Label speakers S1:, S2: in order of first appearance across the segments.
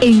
S1: En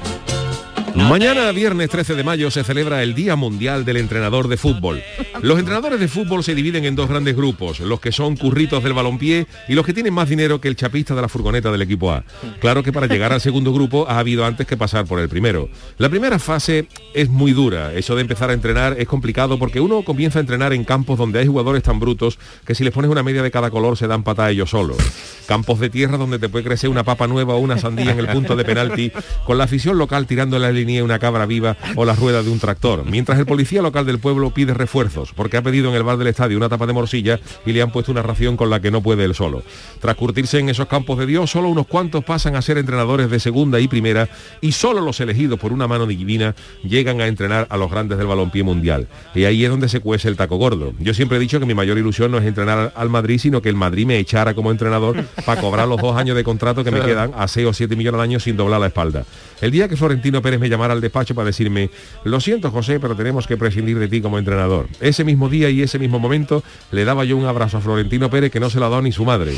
S2: Mañana, viernes 13 de mayo, se celebra el Día Mundial del Entrenador de Fútbol. Los entrenadores de fútbol se dividen en dos grandes grupos, los que son curritos del balompié y los que tienen más dinero que el chapista de la furgoneta del equipo A. Claro que para llegar al segundo grupo ha habido antes que pasar por el primero. La primera fase es muy dura, eso de empezar a entrenar es complicado porque uno comienza a entrenar en campos donde hay jugadores tan brutos que si les pones una media de cada color se dan patada ellos solos. Campos de tierra donde te puede crecer una papa nueva o una sandía en el punto de penalti, con la afición local tirando la línea una cabra viva o las ruedas de un tractor. Mientras el policía local del pueblo pide refuerzos porque ha pedido en el bar del estadio una tapa de morcilla y le han puesto una ración con la que no puede él solo. Tras curtirse en esos campos de Dios, solo unos cuantos pasan a ser entrenadores de segunda y primera y solo los elegidos por una mano divina llegan a entrenar a los grandes del balompié mundial. Y ahí es donde se cuece el taco gordo. Yo siempre he dicho que mi mayor ilusión no es entrenar al Madrid, sino que el Madrid me echara como entrenador para cobrar los dos años de contrato que me quedan a 6 o 7 millones al año sin doblar la espalda. El día que Florentino Pérez me llamara al despacho para decirme, lo siento José, pero tenemos que prescindir de ti como entrenador. Ese mismo día y ese mismo momento le daba yo un abrazo a Florentino Pérez que no se lo ha dado ni su madre.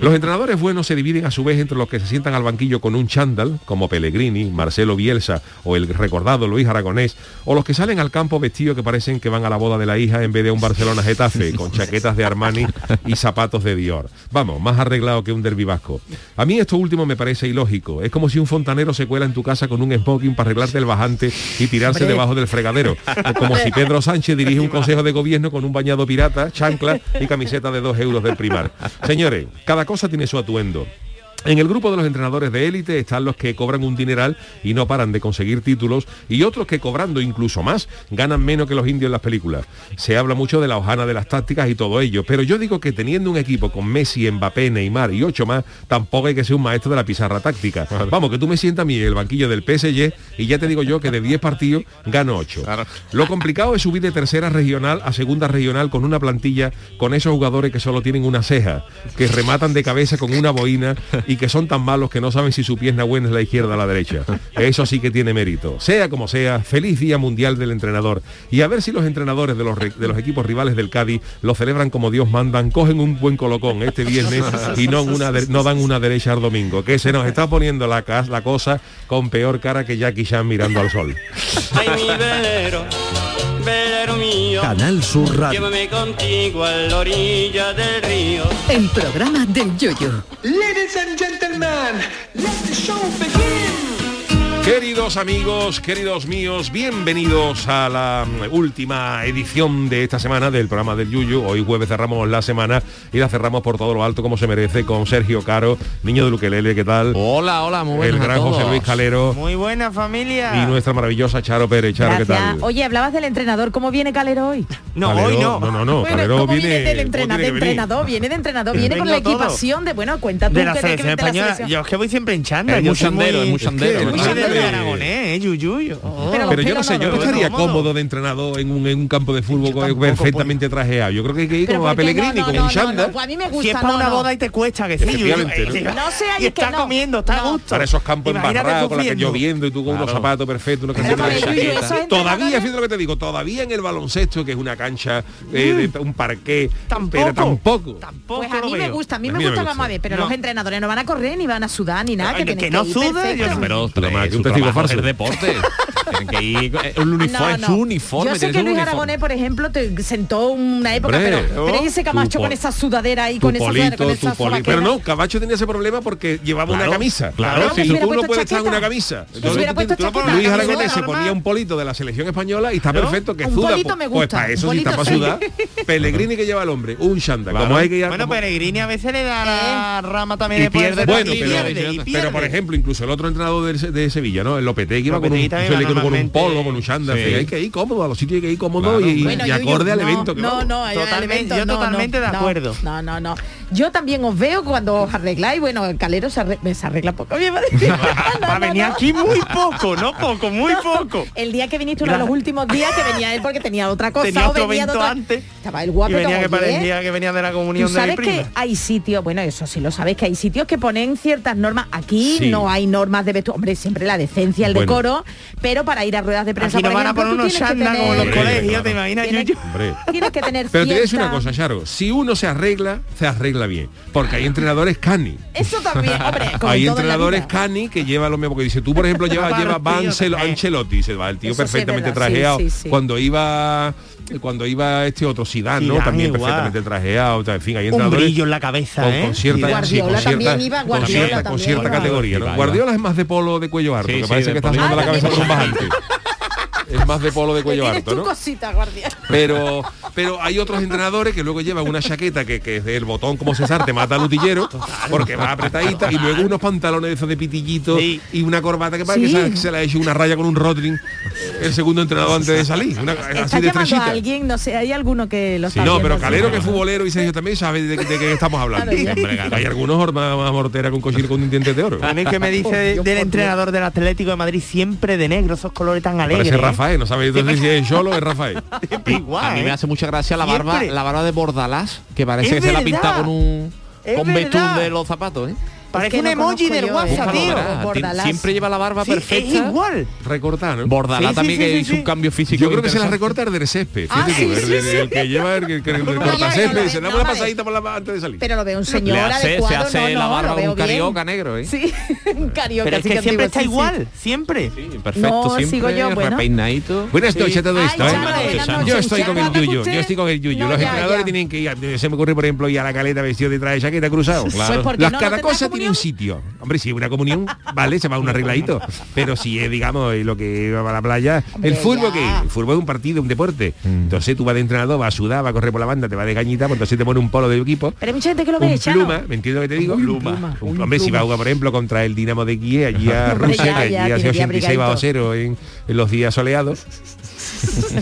S2: Los entrenadores buenos se dividen a su vez entre los que se sientan al banquillo con un chándal, como Pellegrini, Marcelo Bielsa o el recordado Luis Aragonés, o los que salen al campo vestidos que parecen que van a la boda de la hija en vez de un Barcelona Getafe, con chaquetas de Armani y zapatos de Dior. Vamos, más arreglado que un derbi vasco. A mí esto último me parece ilógico. Es como si un fontanero se cuela en tu casa con un smoking para arreglarte el bajante y tirarse ¡Hombre! debajo del fregadero. O como si Pedro Sánchez dirige un consejo de gobierno con un bañado pirata, chancla y camiseta de dos euros del primar. Señores, cada cosa tiene su atuendo. En el grupo de los entrenadores de élite están los que cobran un dineral y no paran de conseguir títulos y otros que cobrando incluso más ganan menos que los indios en las películas. Se habla mucho de la hojana de las tácticas y todo ello, pero yo digo que teniendo un equipo con Messi, Mbappé, Neymar y ocho más, tampoco hay que ser un maestro de la pizarra táctica. Vamos, que tú me sientas a mí en el banquillo del PSG y ya te digo yo que de 10 partidos gano 8. Lo complicado es subir de tercera regional a segunda regional con una plantilla con esos jugadores que solo tienen una ceja, que rematan de cabeza con una boina y y que son tan malos que no saben si su pierna buena es la izquierda o la derecha. Eso sí que tiene mérito. Sea como sea, feliz Día Mundial del Entrenador. Y a ver si los entrenadores de los, re- de los equipos rivales del Cádiz lo celebran como Dios mandan, cogen un buen colocón este viernes y no, una de- no dan una derecha al domingo, que se nos está poniendo la, cas- la cosa con peor cara que Jackie Chan mirando al sol.
S3: Ay, mi velero, velero mío.
S4: Canal Sur Radio.
S3: Llévame contigo a la orilla del río.
S1: El programa del yoyo.
S5: Ladies and gentlemen, let the show begin.
S2: Queridos amigos, queridos míos, bienvenidos a la mm, última edición de esta semana del programa del Yuyu. Hoy jueves cerramos la semana y la cerramos por todo lo alto como se merece con Sergio Caro, niño de Luquelele, ¿qué tal?
S6: Hola, hola, muy buenas
S2: El
S6: a
S2: gran José
S6: todos.
S2: Luis Calero
S7: Muy buena familia.
S2: y nuestra maravillosa Charo Pérez. Charo, ¿qué
S8: Gracias.
S2: tal?
S8: Oye, hablabas del entrenador. ¿Cómo viene Calero hoy?
S7: no,
S2: Calero-
S7: hoy no.
S2: No, no, no,
S8: Bueno,
S2: Calero
S8: ¿cómo
S2: viene...
S8: viene, del
S2: ¿cómo
S8: entrenador?
S2: tiene
S8: De
S2: que venir?
S8: entrenador, viene de entrenador, viene con la
S7: Vengo todo.
S8: equipación de, bueno, cuenta tú
S7: De la
S8: qué
S7: selección
S8: crees de la
S7: española.
S8: selección.
S7: Yo es que voy siempre en chándal.
S6: Es
S7: yo
S6: muy
S7: soy
S6: chandero, es muy chandero.
S7: Yo
S2: ¿Qué?
S7: soy
S2: Muy
S7: del
S2: chandero.
S7: aragonés, eh, yuyuyo.
S8: Pero los
S2: Pero yo no
S8: pelos
S2: sé,
S8: no,
S2: yo
S8: los
S2: no
S8: pelos
S2: estaría
S7: cómodo.
S2: cómodo de entrenador en un, en un campo de fútbol perfectamente trajeado. Yo creo que hay que ir
S8: Pero
S2: como a
S8: ¿por qué no?
S2: Pellegrini,
S8: No,
S2: como
S8: no, no,
S2: un
S8: no,
S2: chándal.
S8: pues a mí me gusta.
S7: Si es para
S8: no,
S7: una
S8: no.
S7: boda y te cuesta, que sí, yuyu.
S2: Efectivamente,
S7: Eh,
S8: ¿no? No sé,
S7: Y
S8: ahí
S7: está
S8: que no.
S7: comiendo, está a
S8: No.
S7: gusto.
S2: para esos campos
S7: Imagínate
S2: embarrados
S7: tú
S2: con la que
S7: friendo.
S2: lloviendo y tú con unos
S6: Claro.
S2: zapatos perfectos una camiseta
S8: Pero,
S2: de
S8: Yuyu,
S2: chaqueta.
S8: esos
S2: todavía
S8: entrenadores-
S2: fíjate lo que te digo todavía en el baloncesto que es una cancha eh,
S8: Mm.
S2: de un parqué pero tampoco
S7: Tampoco
S8: Pues a
S7: lo
S8: mí me
S7: veo.
S8: gusta, a mí
S2: A
S8: me
S2: mí no me
S8: gusta,
S2: gusta.
S8: vamos a ver, pero
S7: No.
S8: los entrenadores no van a correr, ni van a sudar, ni nada,
S7: Ay,
S8: que
S7: que
S8: tienen
S7: no
S8: ir
S7: suda,
S8: perfectos.
S7: yo-
S6: Pero
S2: Pero más
S6: eh,
S2: que
S6: su
S2: un testigo
S6: trabajo
S2: falso.
S6: es deporte. Tienen que ir, eh, el uniforme,
S8: No, no.
S6: su uniforme.
S8: Yo sé
S6: tiene
S8: que
S6: su
S8: Luis
S6: uniforme.
S8: Aragonés, por ejemplo, te sentó una época,
S2: Hombre,
S8: pero, pero ese Camacho
S6: tu pol-
S8: con esa sudadera y
S2: tu
S8: con esa sudadera, con
S2: polito
S8: esa
S2: tu polito pero
S8: sobaquera.
S2: no Camacho tenía ese problema porque llevaba
S6: Claro,
S2: una camisa
S6: claro,
S2: si
S8: si
S2: tú
S8: hubiera
S2: no
S8: puesto
S2: puedes estar en
S8: chaqueta.
S2: una camisa
S8: Si hubiera puesto
S2: tú no pones-
S8: chaqueta,
S2: Luis
S8: la
S2: Aragonés
S7: camisa
S2: se
S7: normal.
S2: ponía un polito de la selección española y está perfecto que
S8: Un
S2: suda
S8: polito
S2: pues-
S8: me
S2: pues
S8: gusta,
S2: para eso
S8: un
S2: sí está para
S8: polito
S2: sudar Pellegrini que lleva el hombre un chándal
S6: Claro.
S2: como hay que ir a-
S7: Bueno,
S2: como-
S7: Peregrini a veces le da la
S8: ¿Eh?
S7: rama
S6: Y
S7: también de poder
S6: pierde
S7: de
S2: Bueno,
S6: Y
S2: pero,
S7: pierde, y
S2: pero por
S7: pierde.
S2: ejemplo, incluso el otro entrenador del Se- de, Sevilla, ¿no? El Lopetegui iba con un
S7: Lopetegui también
S2: se le
S7: ganó
S2: uno con un
S7: normalmente-
S2: polo, con un chándal.
S6: Sí.
S2: en fin, Hay que ir cómodo, a los sitios hay que ir cómodo
S6: Claro.
S2: y, y
S8: Bueno, yo-
S2: acorde
S8: yo-
S2: al
S8: no,
S2: evento. que
S8: No,
S2: vamos.
S8: no, al
S7: Totalmente,
S8: evento,
S7: yo
S8: no, no,
S7: totalmente de
S8: no,
S7: acuerdo.
S8: No, no, no. Yo también os veo cuando os arregláis. Bueno, el calero se, arre- me se arregla poco. me va a decir. No, no,
S7: Va a venir
S8: no.
S7: aquí muy poco, no poco, muy
S8: No,
S7: poco.
S8: El día que viniste uno de los
S7: Gracias.
S8: últimos días que venía él porque tenía otra cosa
S7: Tenía
S8: o
S7: otro
S8: venía de
S7: evento
S8: otra-
S7: antes.
S8: Estaba el guapo
S7: y venía
S8: como,
S7: que
S8: "Oye,
S7: parecía que venía de la
S8: Tú
S7: comunión de mi
S8: sabes que
S7: prima.
S8: hay sitios, bueno, eso sí lo sabes, que hay sitios que ponen ciertas normas. Aquí
S6: Sí.
S8: no hay normas de vestuario. Hombre, siempre la decencia, el
S2: Bueno.
S8: decoro, pero para ir a ruedas de prensa,
S7: Aquí nos
S8: por
S7: van a
S8: ejemplo,
S7: poner
S8: tú
S7: unos
S8: tienes que
S7: chándal como en los
S8: tener-
S2: Hombre,
S7: colegios,
S2: claro.
S7: ¿te imaginas,
S8: Tienes-
S7: Yuyu?
S2: Hombre.
S8: Tienes que tener
S2: Pero te voy a decir una
S8: cierta-
S2: cosa, Charo. Si uno se arregla, se arregla bien. Porque hay entrenadores cani.
S8: Eso también, hombre, como
S2: hay
S8: en todo en la
S2: entrenadores
S8: vida.
S2: cani que llevan lo mismo que dice tú por ejemplo llevas
S7: Va
S2: lleva
S7: los tíos
S2: Bancel-
S7: también.
S2: Ancelotti se va el tío
S8: Eso sí es
S2: perfectamente
S8: verdad, sí,
S2: trajeado
S8: sí, sí.
S2: cuando iba cuando iba este otro Zidane, ¿no?
S7: Zidane
S2: también
S7: igual.
S2: perfectamente trajeado o sea, en fin hay
S7: Un
S2: entrenadores
S7: brillo en la cabeza,
S2: con,
S7: ¿eh?
S2: con cierta,
S8: Y
S2: sí, con
S8: Guardiola
S2: cierta-
S8: también iba,
S2: con
S8: Guardiola
S2: cierta- con
S8: también
S2: cierta
S8: iba.
S2: categoría ¿no?
S6: Iba, iba.
S2: Guardiola es más de polo de cuello harto
S6: Sí,
S2: que
S6: sí,
S2: parece
S6: de
S2: que está
S6: polo.
S2: sacando la
S8: Ah,
S2: cabeza por un
S8: también.
S2: bajante es más de polo de cuello
S8: Eh, tienes
S2: harto
S8: tu
S2: ¿no?
S8: cosita, guardia.
S2: Pero, pero hay otros entrenadores que luego llevan una chaqueta que, que es del botón como César, te mata al utillero, porque va apretadita, y luego unos pantalones de esos de pitillito
S7: Sí.
S2: y una corbata que parece
S8: Sí.
S2: que se, se le ha hecho una raya con un rotling el segundo entrenador antes de salir. una-
S8: Está
S2: así de
S8: llamando a
S2: trechita.
S8: alguien, no sé, hay alguno que lo
S2: Sí,
S8: está
S2: no,
S8: haciendo
S2: pero
S8: así.
S2: Calero, que es futbolero, y Sergio también sabe de, de qué estamos hablando.
S8: Claro, ya.
S2: Hombre, claro, Hay algunos or- más, más mortera con cochir con un diente de oro.
S8: Ah,
S7: A mí que me dice
S8: Por Dios, por
S7: del
S8: Dios.
S7: entrenador del Atlético de Madrid siempre de negro, esos colores tan alegres.
S2: Parece
S7: ¿eh?
S2: Rafael, no sabe entonces si es Cholo o es Rafael.
S7: Siempre igual,
S6: a mí
S7: ¿eh?
S6: me hace mucha gracia la barba,
S7: Siempre.
S6: la barba de Bordalás, que parece
S7: Es
S6: que se la ha pintado
S7: verdad.
S6: con un
S7: Es
S6: con betún
S7: verdad.
S6: de los zapatos, ¿eh?
S7: Parece
S8: Es que
S7: un
S8: no
S7: emoji
S8: conozco
S7: del
S8: yo,
S7: WhatsApp,
S8: ¿eh?
S6: Búscalo,
S7: tío.
S6: verás. Tien-
S8: Bordalás.
S6: Siempre lleva la barba
S7: Sí,
S6: perfecta.
S7: es igual.
S2: Recortar, ¿no?
S6: Bordalás
S7: Sí, sí,
S6: también
S7: sí,
S6: que
S7: sí,
S6: hizo un
S7: sí.
S6: cambio físico.
S2: Yo creo que se la
S6: interesante.
S2: recorta el del césped,
S8: Ah,
S2: fíjate tú,
S8: sí,
S2: el,
S8: sí,
S2: el-
S8: sí.
S2: el que lleva el, el, el
S8: no,
S2: corta
S8: no,
S2: césped,
S8: no,
S2: se da
S8: no,
S2: una
S8: no,
S2: pasadita por la, antes de salir.
S8: Pero lo veo un señor
S6: Le hace- se
S8: adecuado,
S6: hace
S8: no,
S6: la
S8: no,
S6: barba
S8: lo
S6: con
S8: veo
S6: un carioca
S8: bien.
S6: negro, ¿eh?
S8: Sí, un carioca.
S7: Pero es
S8: sí
S7: que siempre
S8: antiguo,
S7: está
S8: sí, sí.
S7: igual, siempre.
S6: Perfecto,
S8: No,
S6: siempre
S8: sigo yo, bueno.
S6: repeinadito.
S2: Buenas noches a todo
S8: Ay,
S2: esto, ¿eh?
S8: Charo,
S7: buenas
S2: Yo
S8: noches.
S2: estoy con
S8: Charo,
S2: el
S8: ¿te
S2: yuyo, yo
S8: escuché?
S2: estoy con el yuyo.
S8: No,
S2: Los
S8: ya,
S2: entrenadores
S8: ya.
S2: tienen que ir, a- se me ocurre, por ejemplo, ir a la caleta vestido de traje de chaqueta cruzado.
S8: Claro. porque
S2: Las
S8: no, no
S2: cada
S8: tendrá
S2: cosa tiene
S8: comunión.
S2: un sitio. Hombre, si es una comunión, vale, se va un arregladito. Pero si es, digamos, lo que va a la playa,
S8: Hombre,
S2: el
S8: ya.
S2: fútbol que el fútbol es un partido, un deporte. Entonces tú vas de entrenador, vas a sudar, vas a correr por la banda, te vas de cañita, pues entonces te pone un polo de equipo.
S8: Pero hay mucha gente que lo ve,
S2: un
S8: Charo.
S2: pluma, ¿me entiendes lo que te digo?
S8: pluma,
S2: Un-
S8: un
S2: hombre, si va a jugar, por ejemplo, contra el Dinamo de Kiev, allí a
S8: Hombre,
S2: Rusia,
S8: ya,
S2: que allí
S8: ya,
S2: hace
S8: tiene que ir
S2: 86 bajo
S8: abrigadito.
S2: cero en, en los días soleados.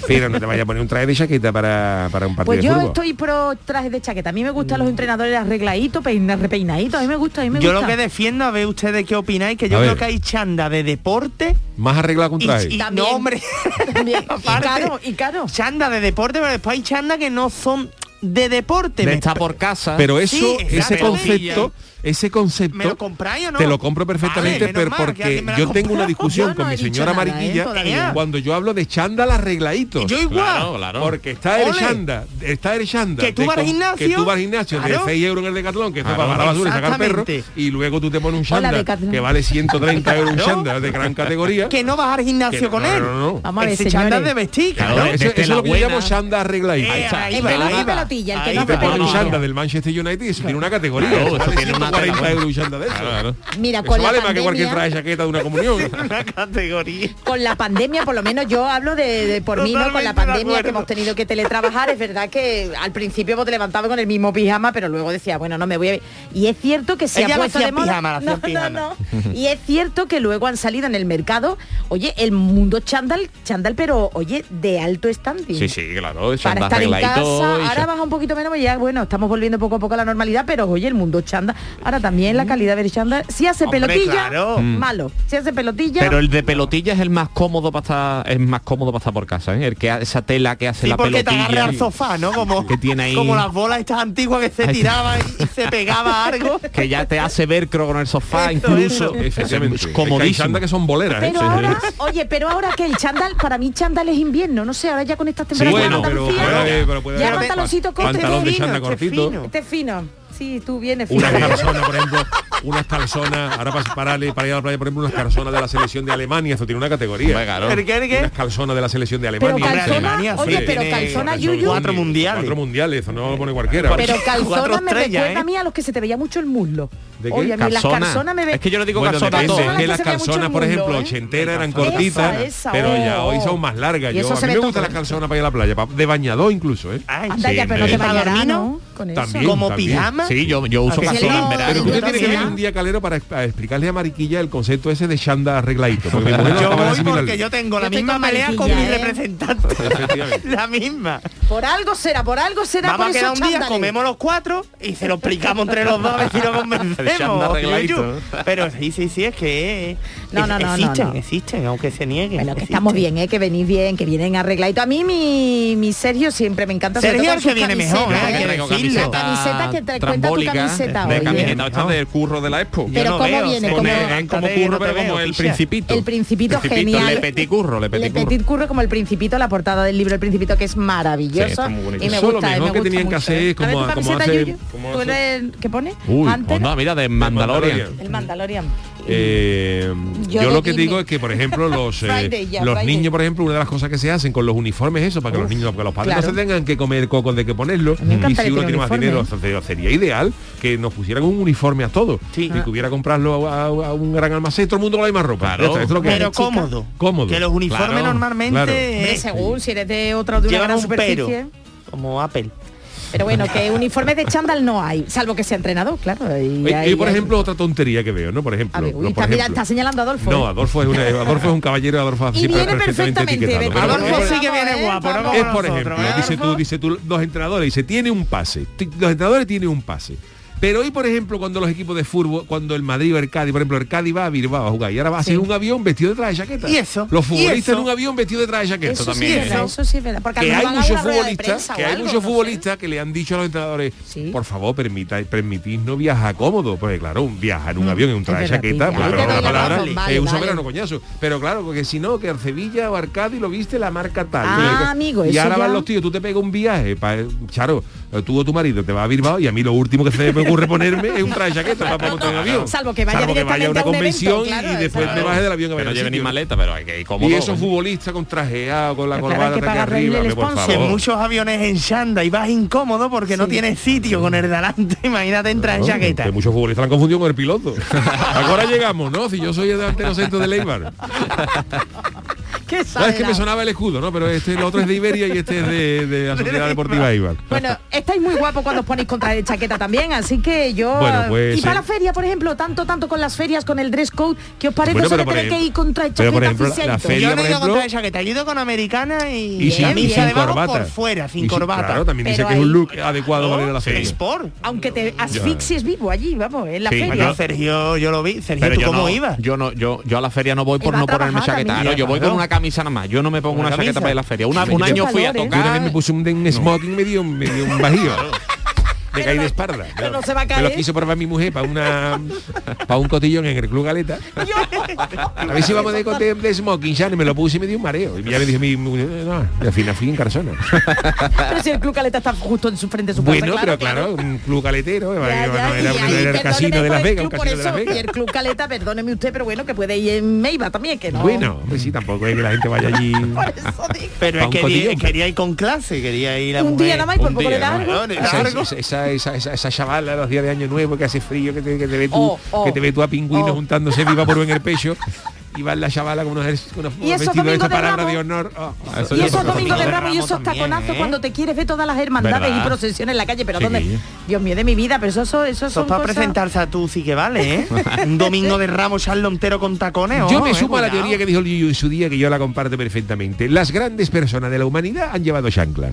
S2: Pero no te vayas a poner un traje de chaqueta para, para un partido
S8: Pues
S2: de
S8: yo
S2: fútbol.
S8: estoy pro trajes de chaqueta. A mí me gustan los entrenadores arregladitos, peina- repeinaditos. A mí me gusta, a mí me
S7: Yo
S8: gusta.
S7: lo que defiendo, a ver ustedes qué opináis, que yo
S2: A
S7: creo
S2: ver.
S7: que hay chanda de deporte
S2: Más arreglado que un
S7: y,
S2: traje.
S7: y-
S8: También.
S7: no, hombre.
S8: También. y
S7: Aparte.
S8: caro, y caro.
S7: Chanda de deporte, pero después hay chanda que no son de deporte.
S6: De
S7: Me-
S6: estar por casa.
S2: Pero eso,
S7: Sí,
S2: ese
S7: exacto.
S2: concepto, ese concepto.
S7: ¿Me lo compráis o no?
S2: Te lo compro perfectamente,
S7: Vale, menos
S2: pero
S7: mal, que
S2: porque
S7: alguien me lo ha
S2: yo tengo una
S7: comprado.
S2: discusión
S8: Yo no
S2: con
S8: he
S2: mi
S8: dicho
S2: señora
S8: nada, ¿eh?
S2: amarilla
S8: Todavía.
S2: cuando yo hablo de chándal arregladitos.
S7: Yo igual.
S6: Claro, claro.
S2: Porque está el
S7: Ole.
S2: chanda, está el chanda.
S7: Que tú
S2: de
S7: vas al
S2: con-
S7: gimnasio.
S2: Que tú vas al gimnasio
S7: Claro.
S2: de 6 euros en el decatlón, que te
S6: Claro.
S2: para la basura y sacar perro.
S7: Exactamente.
S2: Y luego tú te pones un
S8: Hola,
S2: chanda
S8: Decathlon.
S2: que vale 130 euros un chanda de gran categoría.
S7: Que no vas al
S2: que
S7: gimnasio
S2: no,
S7: con
S2: no,
S7: él.
S2: no, no.
S8: Vamos a ver,
S7: Ese
S8: señores.
S7: chándal de vestir.
S6: Claro,
S7: claro.
S2: Eso- eso,
S6: desde
S2: es
S6: la
S2: lo que
S6: buena.
S2: yo llamo chanda arregladito.
S7: Eh, ahí
S8: El
S7: va,
S8: que no
S7: ahí
S8: hace
S7: va.
S8: pelotilla, el que
S7: Ahí
S8: no
S2: Y
S8: hace
S2: te
S7: va.
S2: pones un
S6: no,
S8: pelotilla.
S2: chanda del Manchester United y eso tiene una categoría.
S6: Claro,
S2: Eso
S6: eso
S2: vale
S6: tiene una
S2: 140
S6: tela,
S2: euros un chanda de eso.
S8: Mira,
S2: Eso
S8: con
S2: vale
S8: la
S2: más que cualquier
S8: pandemia...
S2: traje de chaqueta de una comunión.
S7: Una categoría.
S8: con la pandemia, por lo menos yo hablo de, de por mí, ¿no? Con la
S7: Totalmente de
S8: pandemia
S7: acuerdo.
S8: que hemos tenido que teletrabajar, es verdad que al principio vos te levantabas con el mismo pijama, pero luego decía, bueno, no me voy a... Y es cierto que se
S7: Ella
S8: ha
S7: lo
S8: puesto
S7: hacía
S8: de moda...
S7: pijama, lo hacía
S8: no, no,
S7: pijama.
S8: no. Y es cierto que luego han salido en el mercado, oye, el mundo chándal, chándal, pero oye, de alto standing.
S6: Sí, sí, claro. eso anda
S8: Para estar en casa,
S6: arregladito y
S8: ahora
S6: ya.
S8: baja un poquito menos, pero ya bueno, estamos volviendo poco a poco a la normalidad, pero oye, el mundo chándal, ahora también la calidad del chándal, si hace
S7: Mm. Hombre,
S8: pelotilla,
S7: claro.
S8: malo, si hace pelotilla,
S6: Pero el de pelotilla es el más cómodo para estar, es más cómodo para estar por casa, ¿eh? El que ha- esa tela que hace
S7: Sí,
S6: la
S7: porque te
S6: pelotilla.
S7: agarra al sofá, ¿no? Como,
S6: Que tiene ahí-
S7: como las bolas estas antiguas que se
S6: Ahí está.
S7: tiraban y se pegaba algo.
S6: Que ya te hace velcro con el sofá
S7: Eso,
S6: incluso.
S7: eso.
S2: Efectivamente.
S6: Es
S2: Es que Hay
S6: comodísimo.
S2: chandas que son boleras. ¿eh?
S8: Pero ahora, oye, pero ahora que el chándal, para mí chándal es invierno, no sé, ahora ya con estas temperaturas
S6: bueno,
S8: en
S6: pero-
S8: Andalucía,
S7: pero-
S8: ya-
S2: pero puede
S8: ya
S2: haber-
S8: pantaloncito corto,
S2: Pantalón de
S8: este
S2: chándal
S7: este
S2: cortito.
S7: fino.
S8: este fino. Sí, tú vienes fino.
S2: Unas calzonas, por ejemplo, unas calzonas, ahora para, para, para ir a la playa, por ejemplo, unas calzonas de la selección de Alemania, esto tiene una categoría.
S6: Hombre, claro.
S7: ¿El qué, el qué?
S2: Unas calzonas de la selección de
S8: Pero
S2: Alemania.
S8: calzona,
S7: Alemania, sí,
S8: oye,
S7: tiene-
S8: pero calzona
S7: calzona,
S8: Yuyu,
S7: Cuatro mundiales.
S2: Cuatro mundiales, eso no lo pone cualquiera.
S8: pero
S7: Cuatro
S8: calzona me
S7: estrellas,
S8: recuerda
S7: ¿eh?
S8: a mí a los que se te veía mucho el muslo.
S2: ¿De qué?
S8: Oye, a mí las
S6: Calzona.
S8: calzonas me ven.
S6: Es que yo no digo
S2: bueno,
S6: calzona a
S2: depende,
S6: todo.
S2: es que
S8: Las
S2: las
S8: que se ve mucho en
S2: calzonas,
S8: el
S2: por
S8: mundo,
S2: ejemplo,
S8: ¿eh?
S2: ochenteras eran
S6: Esa,
S2: cortitas,
S8: esa,
S2: pero
S8: oh.
S2: ya hoy son más largas.
S8: Y
S2: Yo,
S8: eso
S2: a
S8: se
S2: mí
S8: ve
S2: me
S8: todo
S2: gustan las
S8: corto.
S2: calzonas para ir a la playa, pa- de bañador incluso, ¿eh?
S7: Ay,
S8: Anda
S2: Sí,
S8: ya, pero no
S2: me-
S8: te
S7: ¿Para
S8: bañarás,
S7: dormir,
S8: ¿no?
S7: no?
S8: Con eso.
S2: También,
S7: como
S2: también.
S7: pijama.
S6: Sí, yo, yo uso
S7: Así es
S6: calzona
S8: la-
S6: en
S2: Pero
S6: verano.
S2: usted tiene que
S8: Gracias.
S2: venir un día calero para, para explicarle a Mariquilla el concepto ese de Shanda arregladito. Porque mi mujer no
S7: Yo
S2: acaba de
S7: voy
S2: asimilarlo.
S7: porque yo tengo la
S8: Yo tengo
S7: misma pelea con mi
S8: mariquilla, ¿eh?
S7: representante.
S2: Pues, Efectivamente.
S7: la misma.
S8: Por algo será, por algo será
S7: Vamos a
S8: por
S7: quedar
S8: esos
S7: un día,
S8: chándales.
S7: comemos los cuatro y se lo explicamos entre los dos a ver si nos
S6: El chándal
S7: convencemos.
S6: arregladito.
S7: Yuyu. Pero sí, sí, sí, es que
S8: No, no, no, no,
S7: existen,
S8: no.
S7: existen, aunque se nieguen.
S8: Bueno, que
S7: existen.
S8: estamos bien, ¿eh? que venís bien, que vienen arregladitos. A mí mi, mi Sergio siempre me encanta. sobre
S7: Sergio
S8: todo
S7: es el
S8: con
S7: que
S8: sus
S7: viene mejor, ¿eh?
S8: camisetas, ¿eh?
S7: Hay que
S8: La camiseta que te cuenta tu
S6: trambólica,
S8: camiseta
S6: De
S8: hoy,
S6: camiseta
S8: ¿eh?
S6: esta del curro de la expo.
S8: Pero
S7: Yo no
S8: ¿cómo
S7: veo,
S8: viene?
S7: Sergio,
S8: Como-
S7: no
S6: Pone-
S7: te
S6: eran como
S7: veo,
S6: curro,
S7: no te
S6: pero como
S7: veo,
S6: el
S7: picha.
S6: principito.
S8: El principito, genial.
S6: Le petit curro, le
S8: Le
S6: petit curro.
S8: Petit Curro como el principito, la portada del libro El Principito, que es maravilloso.
S6: Sí, está muy bonito.
S8: y me
S2: Eso
S8: gusta,
S2: lo
S8: eh,
S2: mejor
S8: me
S2: que
S8: gusta
S2: tenían que
S8: mucho,
S2: hacer
S8: eh. A
S2: es
S8: ver
S2: como-
S8: tu
S2: como
S8: camiseta,
S2: hace-
S8: Yuyu.
S2: como
S8: ¿Tú
S2: hace-
S8: eres- ¿Qué pone?
S6: Uy,
S8: Hunter,
S6: onda, Pues mira, de
S2: Mandalorian.
S6: Mandalorian.
S8: El Mandalorian.
S2: Eh, yo
S8: Yo de
S2: lo que
S8: Disney.
S2: digo es que, por ejemplo, los, eh,
S8: Friday, ya,
S2: los
S8: Friday.
S2: niños, por ejemplo, una de las cosas que se hacen con los uniformes es eso, para que los niños, que los padres
S8: Claro.
S2: no se tengan que comer cocos de que ponerlo.
S8: me
S2: Y
S8: encantaría
S2: si uno
S8: tener
S2: tiene más
S8: uniforme.
S2: dinero, se- sería ideal que nos pusieran un uniforme a todos
S7: Sí.
S2: y que hubiera que comprarlo a, a un gran almacén, todo el mundo con la misma ropa.
S6: Claro.
S2: Ya está, esto es lo que
S7: Pero
S2: hay.
S7: cómodo.
S2: Cómodo,
S7: Que los uniformes
S6: claro,
S7: normalmente
S2: claro.
S8: Hombre,
S7: eh,
S8: según, si eres de otra o de una
S7: llevan
S8: gran
S7: un pero.
S8: superficie.
S7: Como Apple.
S8: Pero bueno, que uniformes de chándal no hay, salvo que sea entrenador, claro. Y,
S2: Oye,
S8: ahí-
S2: y, por ejemplo, otra tontería que veo, ¿no? Por ejemplo,
S8: A ver, uy,
S2: no,
S8: está,
S2: por
S8: mira,
S2: ejemplo-
S8: está señalando a Adolfo.
S2: No,
S8: ¿eh?
S2: Adolfo es, una- Adolfo es un caballero, Adolfo
S8: Y
S2: es siempre
S8: viene perfectamente,
S2: etiquetado.
S8: ¿verdad?
S2: Pero por
S7: Adolfo
S8: Adolfo,
S2: ejemplo,
S7: sí que
S8: vamos,
S7: viene
S8: eh,
S7: guapo, no
S8: vamos.
S7: como
S2: es por
S7: nosotros,
S2: ejemplo,
S7: ¿eh,
S2: dice
S7: Adolfo?
S2: tú, dice tú, los entrenadores, dice, tiene un pase. Ti- Los entrenadores tienen un pase. Pero hoy, por ejemplo, cuando los equipos de fútbol, cuando el Madrid o el Cádiz, por ejemplo, el Cádiz va a Bilbao a jugar y ahora va a ser un avión vestido de traje de chaqueta.
S7: ¿Y eso?
S2: Los
S7: ¿Y
S2: futbolistas
S7: eso?
S2: en un avión vestido de traje de chaqueta
S8: Eso
S6: también,
S8: sí
S6: ¿eh?
S8: es verdad, eso sí es verdad. Porque
S2: que
S8: a lo mejor
S2: hay
S8: van a
S2: muchos
S8: una rueda de
S2: futbolistas
S8: prensa
S2: que
S8: o
S2: hay
S8: algo,
S2: muchos
S8: no sé.
S2: futbolistas que le han dicho a los entrenadores
S8: Sí.
S2: por favor permita permitid no viajar cómodo porque claro un viajar en un avión en un traje de
S8: Mm, verdad,
S2: chaqueta
S8: Pipi.
S2: pues,
S8: Ahí te
S2: perdona
S8: doy
S2: la
S8: la
S2: palabra
S8: razón, vale,
S2: es un
S8: vale.
S2: soberano coñazo pero claro porque si no que al Sevilla o Arcadi lo viste la marca tal
S8: Ah,
S2: Y-
S8: amigo,
S2: y
S8: eso
S2: ahora
S8: ya-
S2: van los tíos tú te pegas un viaje pa- charo tú o tu marido te vas a Bilbao y a mí lo último que se me ocurre ponerme es un traje de chaqueta para montar en un avión
S8: Salvo que vaya
S2: a
S8: directamente
S2: una
S8: a un
S2: convención
S8: evento,
S2: y-
S8: claro,
S2: y después me
S8: exacto.
S2: baje del avión a ver
S6: Pero
S2: el
S6: lleven
S2: sitio.
S6: mi maleta, pero hay que ir cómodo.
S2: y esos
S6: coño.
S2: futbolistas con trajeado con la
S8: Pero claro,
S2: corbata
S8: hay que
S2: hasta aquí
S8: pagarle el
S2: arriba hombre, por
S8: sponsor.
S7: En
S2: favor.
S7: muchos aviones en Shanda y vas incómodo porque no
S8: Sí.
S7: tienes sitio con el delante. Imagínate entrar en
S2: No,
S7: chaqueta.
S2: Que muchos futbolistas la han confundido con el piloto. Ahora llegamos, ¿no? Si yo soy el delantero centro de Leibar.
S8: Qué
S2: Sabes que me
S8: exagerado.
S2: sonaba el escudo, ¿no? Pero este, el otro es de Iberia y este es de, de la Sociedad Deportiva Ibar.
S8: Bueno, estáis muy guapos cuando os ponéis contra de chaqueta también, así que yo...
S2: Bueno, pues,
S8: y para
S2: eh.
S8: la feria, por ejemplo, tanto, tanto con las ferias, con el dress code, ¿qué os parece
S2: Bueno,
S8: eso
S2: pero
S8: de
S2: por
S8: tener
S2: ejemplo-
S8: que ir contra de
S2: pero por
S8: chaqueta
S2: ejemplo, la- la
S8: aficionado?
S2: feria-
S7: yo no
S2: por
S7: he ido
S2: ejemplo-
S7: con traje de chaqueta, yo he ido con americana y,
S2: Y sin,
S8: Bien,
S2: y
S8: bien.
S7: camisa
S2: sin
S7: de
S2: corbata.
S7: por fuera, sin
S2: Y
S7: corbata.
S2: Claro, también dice
S8: Pero
S2: que es un
S8: ahí-
S2: look adecuado para venir a la
S7: Sí.
S2: feria.
S7: Sport.
S8: Aunque te asfixies vivo allí, vamos, en la
S6: Sí,
S8: feria.
S7: Bueno, Sergio, yo lo vi. Sergio,
S6: Pero
S7: ¿tú
S6: yo
S7: cómo
S6: no,
S7: ibas?
S6: Yo no, yo, yo a la feria no voy por
S8: Iba a
S6: no ponerme
S8: trabajar
S6: chaqueta.
S8: también.
S6: No, yo voy con
S7: Claro.
S6: una camisa nada más. Yo no me pongo
S7: ¿Una
S6: una, chaqueta
S7: camisa?
S6: para ir a la feria. Una-
S8: Sí,
S6: un
S8: qué
S6: año fui a
S8: calor, ¿eh?
S2: Yo también me
S6: tocar.
S2: puse un, un smoking medio, medio un bajío. Me caí de espalda.
S8: pero no se va a
S2: Me lo
S8: caer.
S2: quiso probar mi mujer para una para un cotillón en el Club Galeta. A ver si vamos de, de, de smoking, ya me lo puse y me dio un mareo. Y ya me dijo mi mujer, no, y al final fui en Carzona.
S8: Pero si el Club Caleta está justo en su frente de su
S2: Bueno,
S8: casa,
S2: pero claro, un club caletero,
S8: Ya,
S2: eh, no
S8: ya, y
S2: era, no
S8: ahí,
S2: era el
S8: perdóneme
S2: casino de
S8: por
S2: Las
S8: el
S2: Vegas, un
S8: club por
S2: casino de Las
S8: eso,
S2: Vegas.
S8: Y el Club Caleta, perdóneme usted, pero bueno, que puede ir en Meiba también, que no.
S2: Bueno, hombre, sí, tampoco es que la gente vaya allí.
S8: Por eso digo.
S7: Pero
S2: Pa'
S7: es
S2: un
S7: que
S2: cotillón.
S7: di- quería ir con clase, quería ir la
S8: Un
S7: mujer.
S8: día nada más y por
S6: un
S8: poco
S6: día,
S8: le da
S6: ¿no?
S8: algo.
S7: Claro,
S2: Esa,
S7: largo.
S2: esa, esa, esa, esa- esa chavala los días de año nuevo que hace frío, que te, que te ve tú,
S8: Oh, oh,
S2: que te ve tú a pingüino
S8: oh.
S2: juntándose viva por en el pecho. Y va la chavala con unos, ers- con unos
S8: Y esos
S2: vestidos de
S8: domingos
S2: esta
S8: de
S2: palabra
S8: Ramos.
S2: de honor. Oh, oh.
S7: Ah,
S6: Eso
S8: Y
S6: yo
S8: esos
S6: creo que
S8: domingos de
S6: no.
S8: Ramos y esos
S7: Ramos
S8: taconazos
S7: también, ¿eh?
S8: cuando te quieres ver todas las hermandades
S6: ¿Verdad?
S8: y procesiones en la calle, pero ¿dónde?
S6: Sí.
S8: Dios mío, de mi vida, pero eso, eso, eso
S7: Eso
S8: son
S7: es para
S8: cosas-
S7: presentarse a tú sí que vale, ¿eh? Un domingo de Ramos Charlo entero con tacones.
S2: Yo
S8: Oh,
S7: ojo,
S2: me
S7: eh,
S2: sumo a la
S7: cuidado.
S2: teoría que dijo el Yuyu en su día, que yo la comparto perfectamente. Las grandes personas de la humanidad han llevado chancla.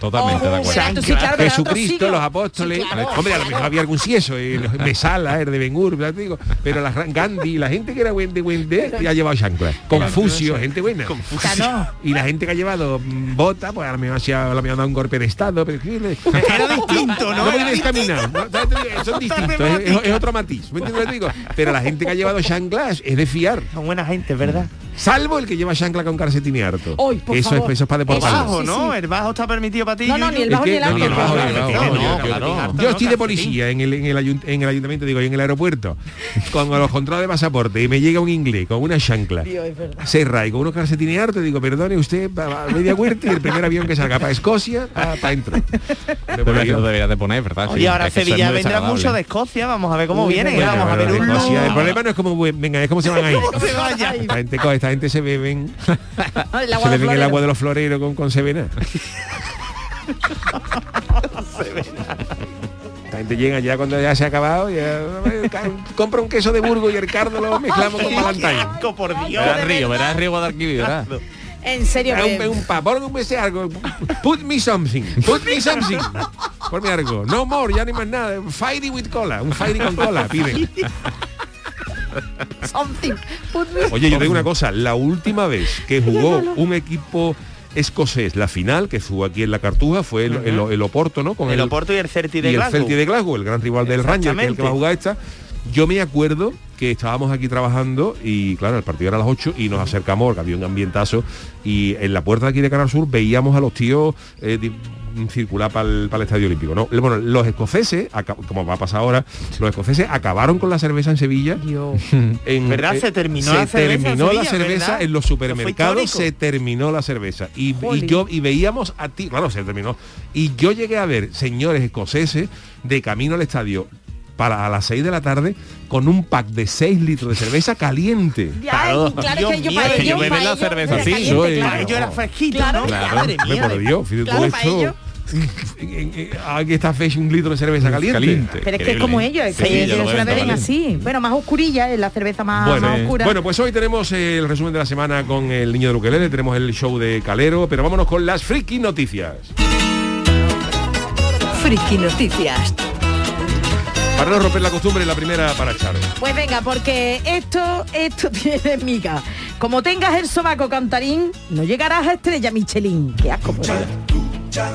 S6: Totalmente de
S8: Oh,
S6: acuerdo.
S8: bueno, tú sí, claro, pero en otros
S2: Jesucristo,
S8: siglos.
S2: los apóstoles.
S8: Sí, claro,
S2: hombre, a lo
S8: claro.
S2: mejor había algún cieso, el Mesala, el de Ben Gur, ya te digo, pero la, gran- Gandhi, la gente que era buen de buen de, ya ha llevado chancla. Confucio, gente buena.
S8: Cano.
S2: Y la gente que ha llevado mm, bota, pues a lo mejor hacía- a lo mejor dado un golpe de estado, pero
S7: Era distinto, ¿no?
S2: No
S7: Era
S2: puedes caminar. ¿no? ¿Sabes? Son distintos, es, es- es otro matiz. ¿me entiendes lo que te digo? Pero la gente que ha llevado chanclas es de fiar.
S7: Son buena gente, ¿verdad?
S2: Salvo el que lleva chancla con calcetines harto.
S8: Ay, por
S2: eso,
S8: favor.
S2: es, eso es para
S8: Eso.
S2: deportarlo.
S7: Bajo,
S8: sí,
S7: ¿no?
S8: sí.
S7: El bajo está permitido para ti.
S8: No, no,
S7: Yuyu.
S8: ni el bajo ni el
S2: Es que-
S8: alto.
S2: no, no,
S7: Claro,
S2: no, no, no,
S7: claro,
S2: no, yo-
S7: claro.
S2: yo-
S7: Harto,
S2: Yo
S7: ¿no?
S2: estoy de
S7: Calcetín.
S2: policía en el, en, el ayunt- en el ayuntamiento, digo, en el aeropuerto, con los controles de pasaporte, y me llega un inglés con una chancla.
S8: Dios, es verdad.
S2: Serra y con unos calcetines hartos, digo, perdone usted, va- va a media huerta y el primer avión que salga para Escocia, para adentro.
S6: Pero que lo deberías de poner, ¿verdad?
S7: Y ahora Sevilla
S6: vendrá
S7: vendrá mucho de Escocia, vamos a ver cómo vienen,
S2: Bueno,
S7: vamos a ver
S2: pero
S7: un
S2: de Escocia, El
S7: lujo.
S2: problema no es cómo, vu- venga, es cómo se van ahí.
S7: se vaya.
S2: Esta gente, co- esta gente se beben,
S8: El
S2: se
S8: agua de
S2: beben el
S8: florero.
S2: agua de los floreros con, con Sevena. La gente llega ya cuando ya se ha acabado, ya, eh, compra un queso de Burgo y el cardo lo mezclamos con
S7: Qué
S2: Valentine.
S7: asco, por Dios!
S6: Verás río, verás río Guadalquivir, verás.
S8: En serio,
S2: Era
S8: que-
S2: un, un pa- ponme un beso, algo. Put me something. Put me something. Ponme algo. No more, ya ni más nada. Fiery with cola. Un fiery con cola, pide.
S8: something. Put me-
S2: Oye, yo digo una cosa. La última vez que jugó un equipo escocés la final que jugó aquí en la Cartuja fue el, el- el Oporto, ¿no? Con
S7: El Oporto y el Celtic de
S2: y el
S7: Glasgow.
S2: Celtic de Glasgow, el gran rival del Rangers, que es el que va a jugar esta. Yo me acuerdo que estábamos aquí trabajando y claro, el partido era a las 8 y nos acercamos, porque había un ambientazo, y en la puerta de aquí de Canal Sur veíamos a los tíos eh, di- circular para el, Estadio Olímpico. ¿no? Bueno, los escoceses, aca- como va a pasar ahora, los escoceses acabaron con la cerveza en Sevilla. En-
S7: ¿Verdad?
S2: eh,
S7: Se terminó
S2: se
S7: la cerveza en
S2: terminó la
S7: Sevilla,
S2: cerveza
S7: ¿verdad?
S2: en los
S7: Eso fue
S2: supermercados,
S7: histórico.
S2: se terminó la cerveza. Y, y
S8: Jolín.
S2: yo y veíamos a ti, claro, se terminó. Y yo llegué a ver señores escoceses de camino al estadio para a las 6 de la tarde con un pack de 6 litros de cerveza caliente.
S8: Ya,
S7: Claro.
S8: claro que
S7: Dios
S8: yo para
S7: mío, que
S8: ellos,
S7: yo
S8: para
S6: bebe la
S8: ellos,
S6: cerveza
S8: era
S6: así,
S8: caliente,
S2: soy-
S7: Para
S8: claro.
S7: ello era fresquito,
S8: Claro,
S7: ¿no?
S8: claro.
S7: Madre
S2: Hombre,
S7: mía,
S2: por Dios, fíjate
S8: claro,
S2: todo
S8: para
S2: esto.
S8: ellos.
S2: en- en- Aquí eh, está fecha un litro de cerveza caliente.
S6: Mm, Caliente.
S8: Pero es que es como ellos, es que
S6: Sí,
S8: ellos
S6: ya lo
S8: se la
S6: ven,
S8: beben
S6: vale.
S8: así. Bueno, más oscurilla, es la cerveza más,
S2: Bueno,
S8: más
S2: eh,
S8: oscura.
S2: bueno, pues hoy tenemos eh, el resumen de la semana con el niño de Luquelele, tenemos el show de Calero, pero vámonos con las friki noticias.
S1: Friki Noticias.
S2: Para no romper la costumbre, la primera para Charo.
S8: Pues venga, porque esto, esto tiene miga. Como tengas el sobaco cantarín, no llegarás a estrella Michelin. Qué asco. pues. por Dios.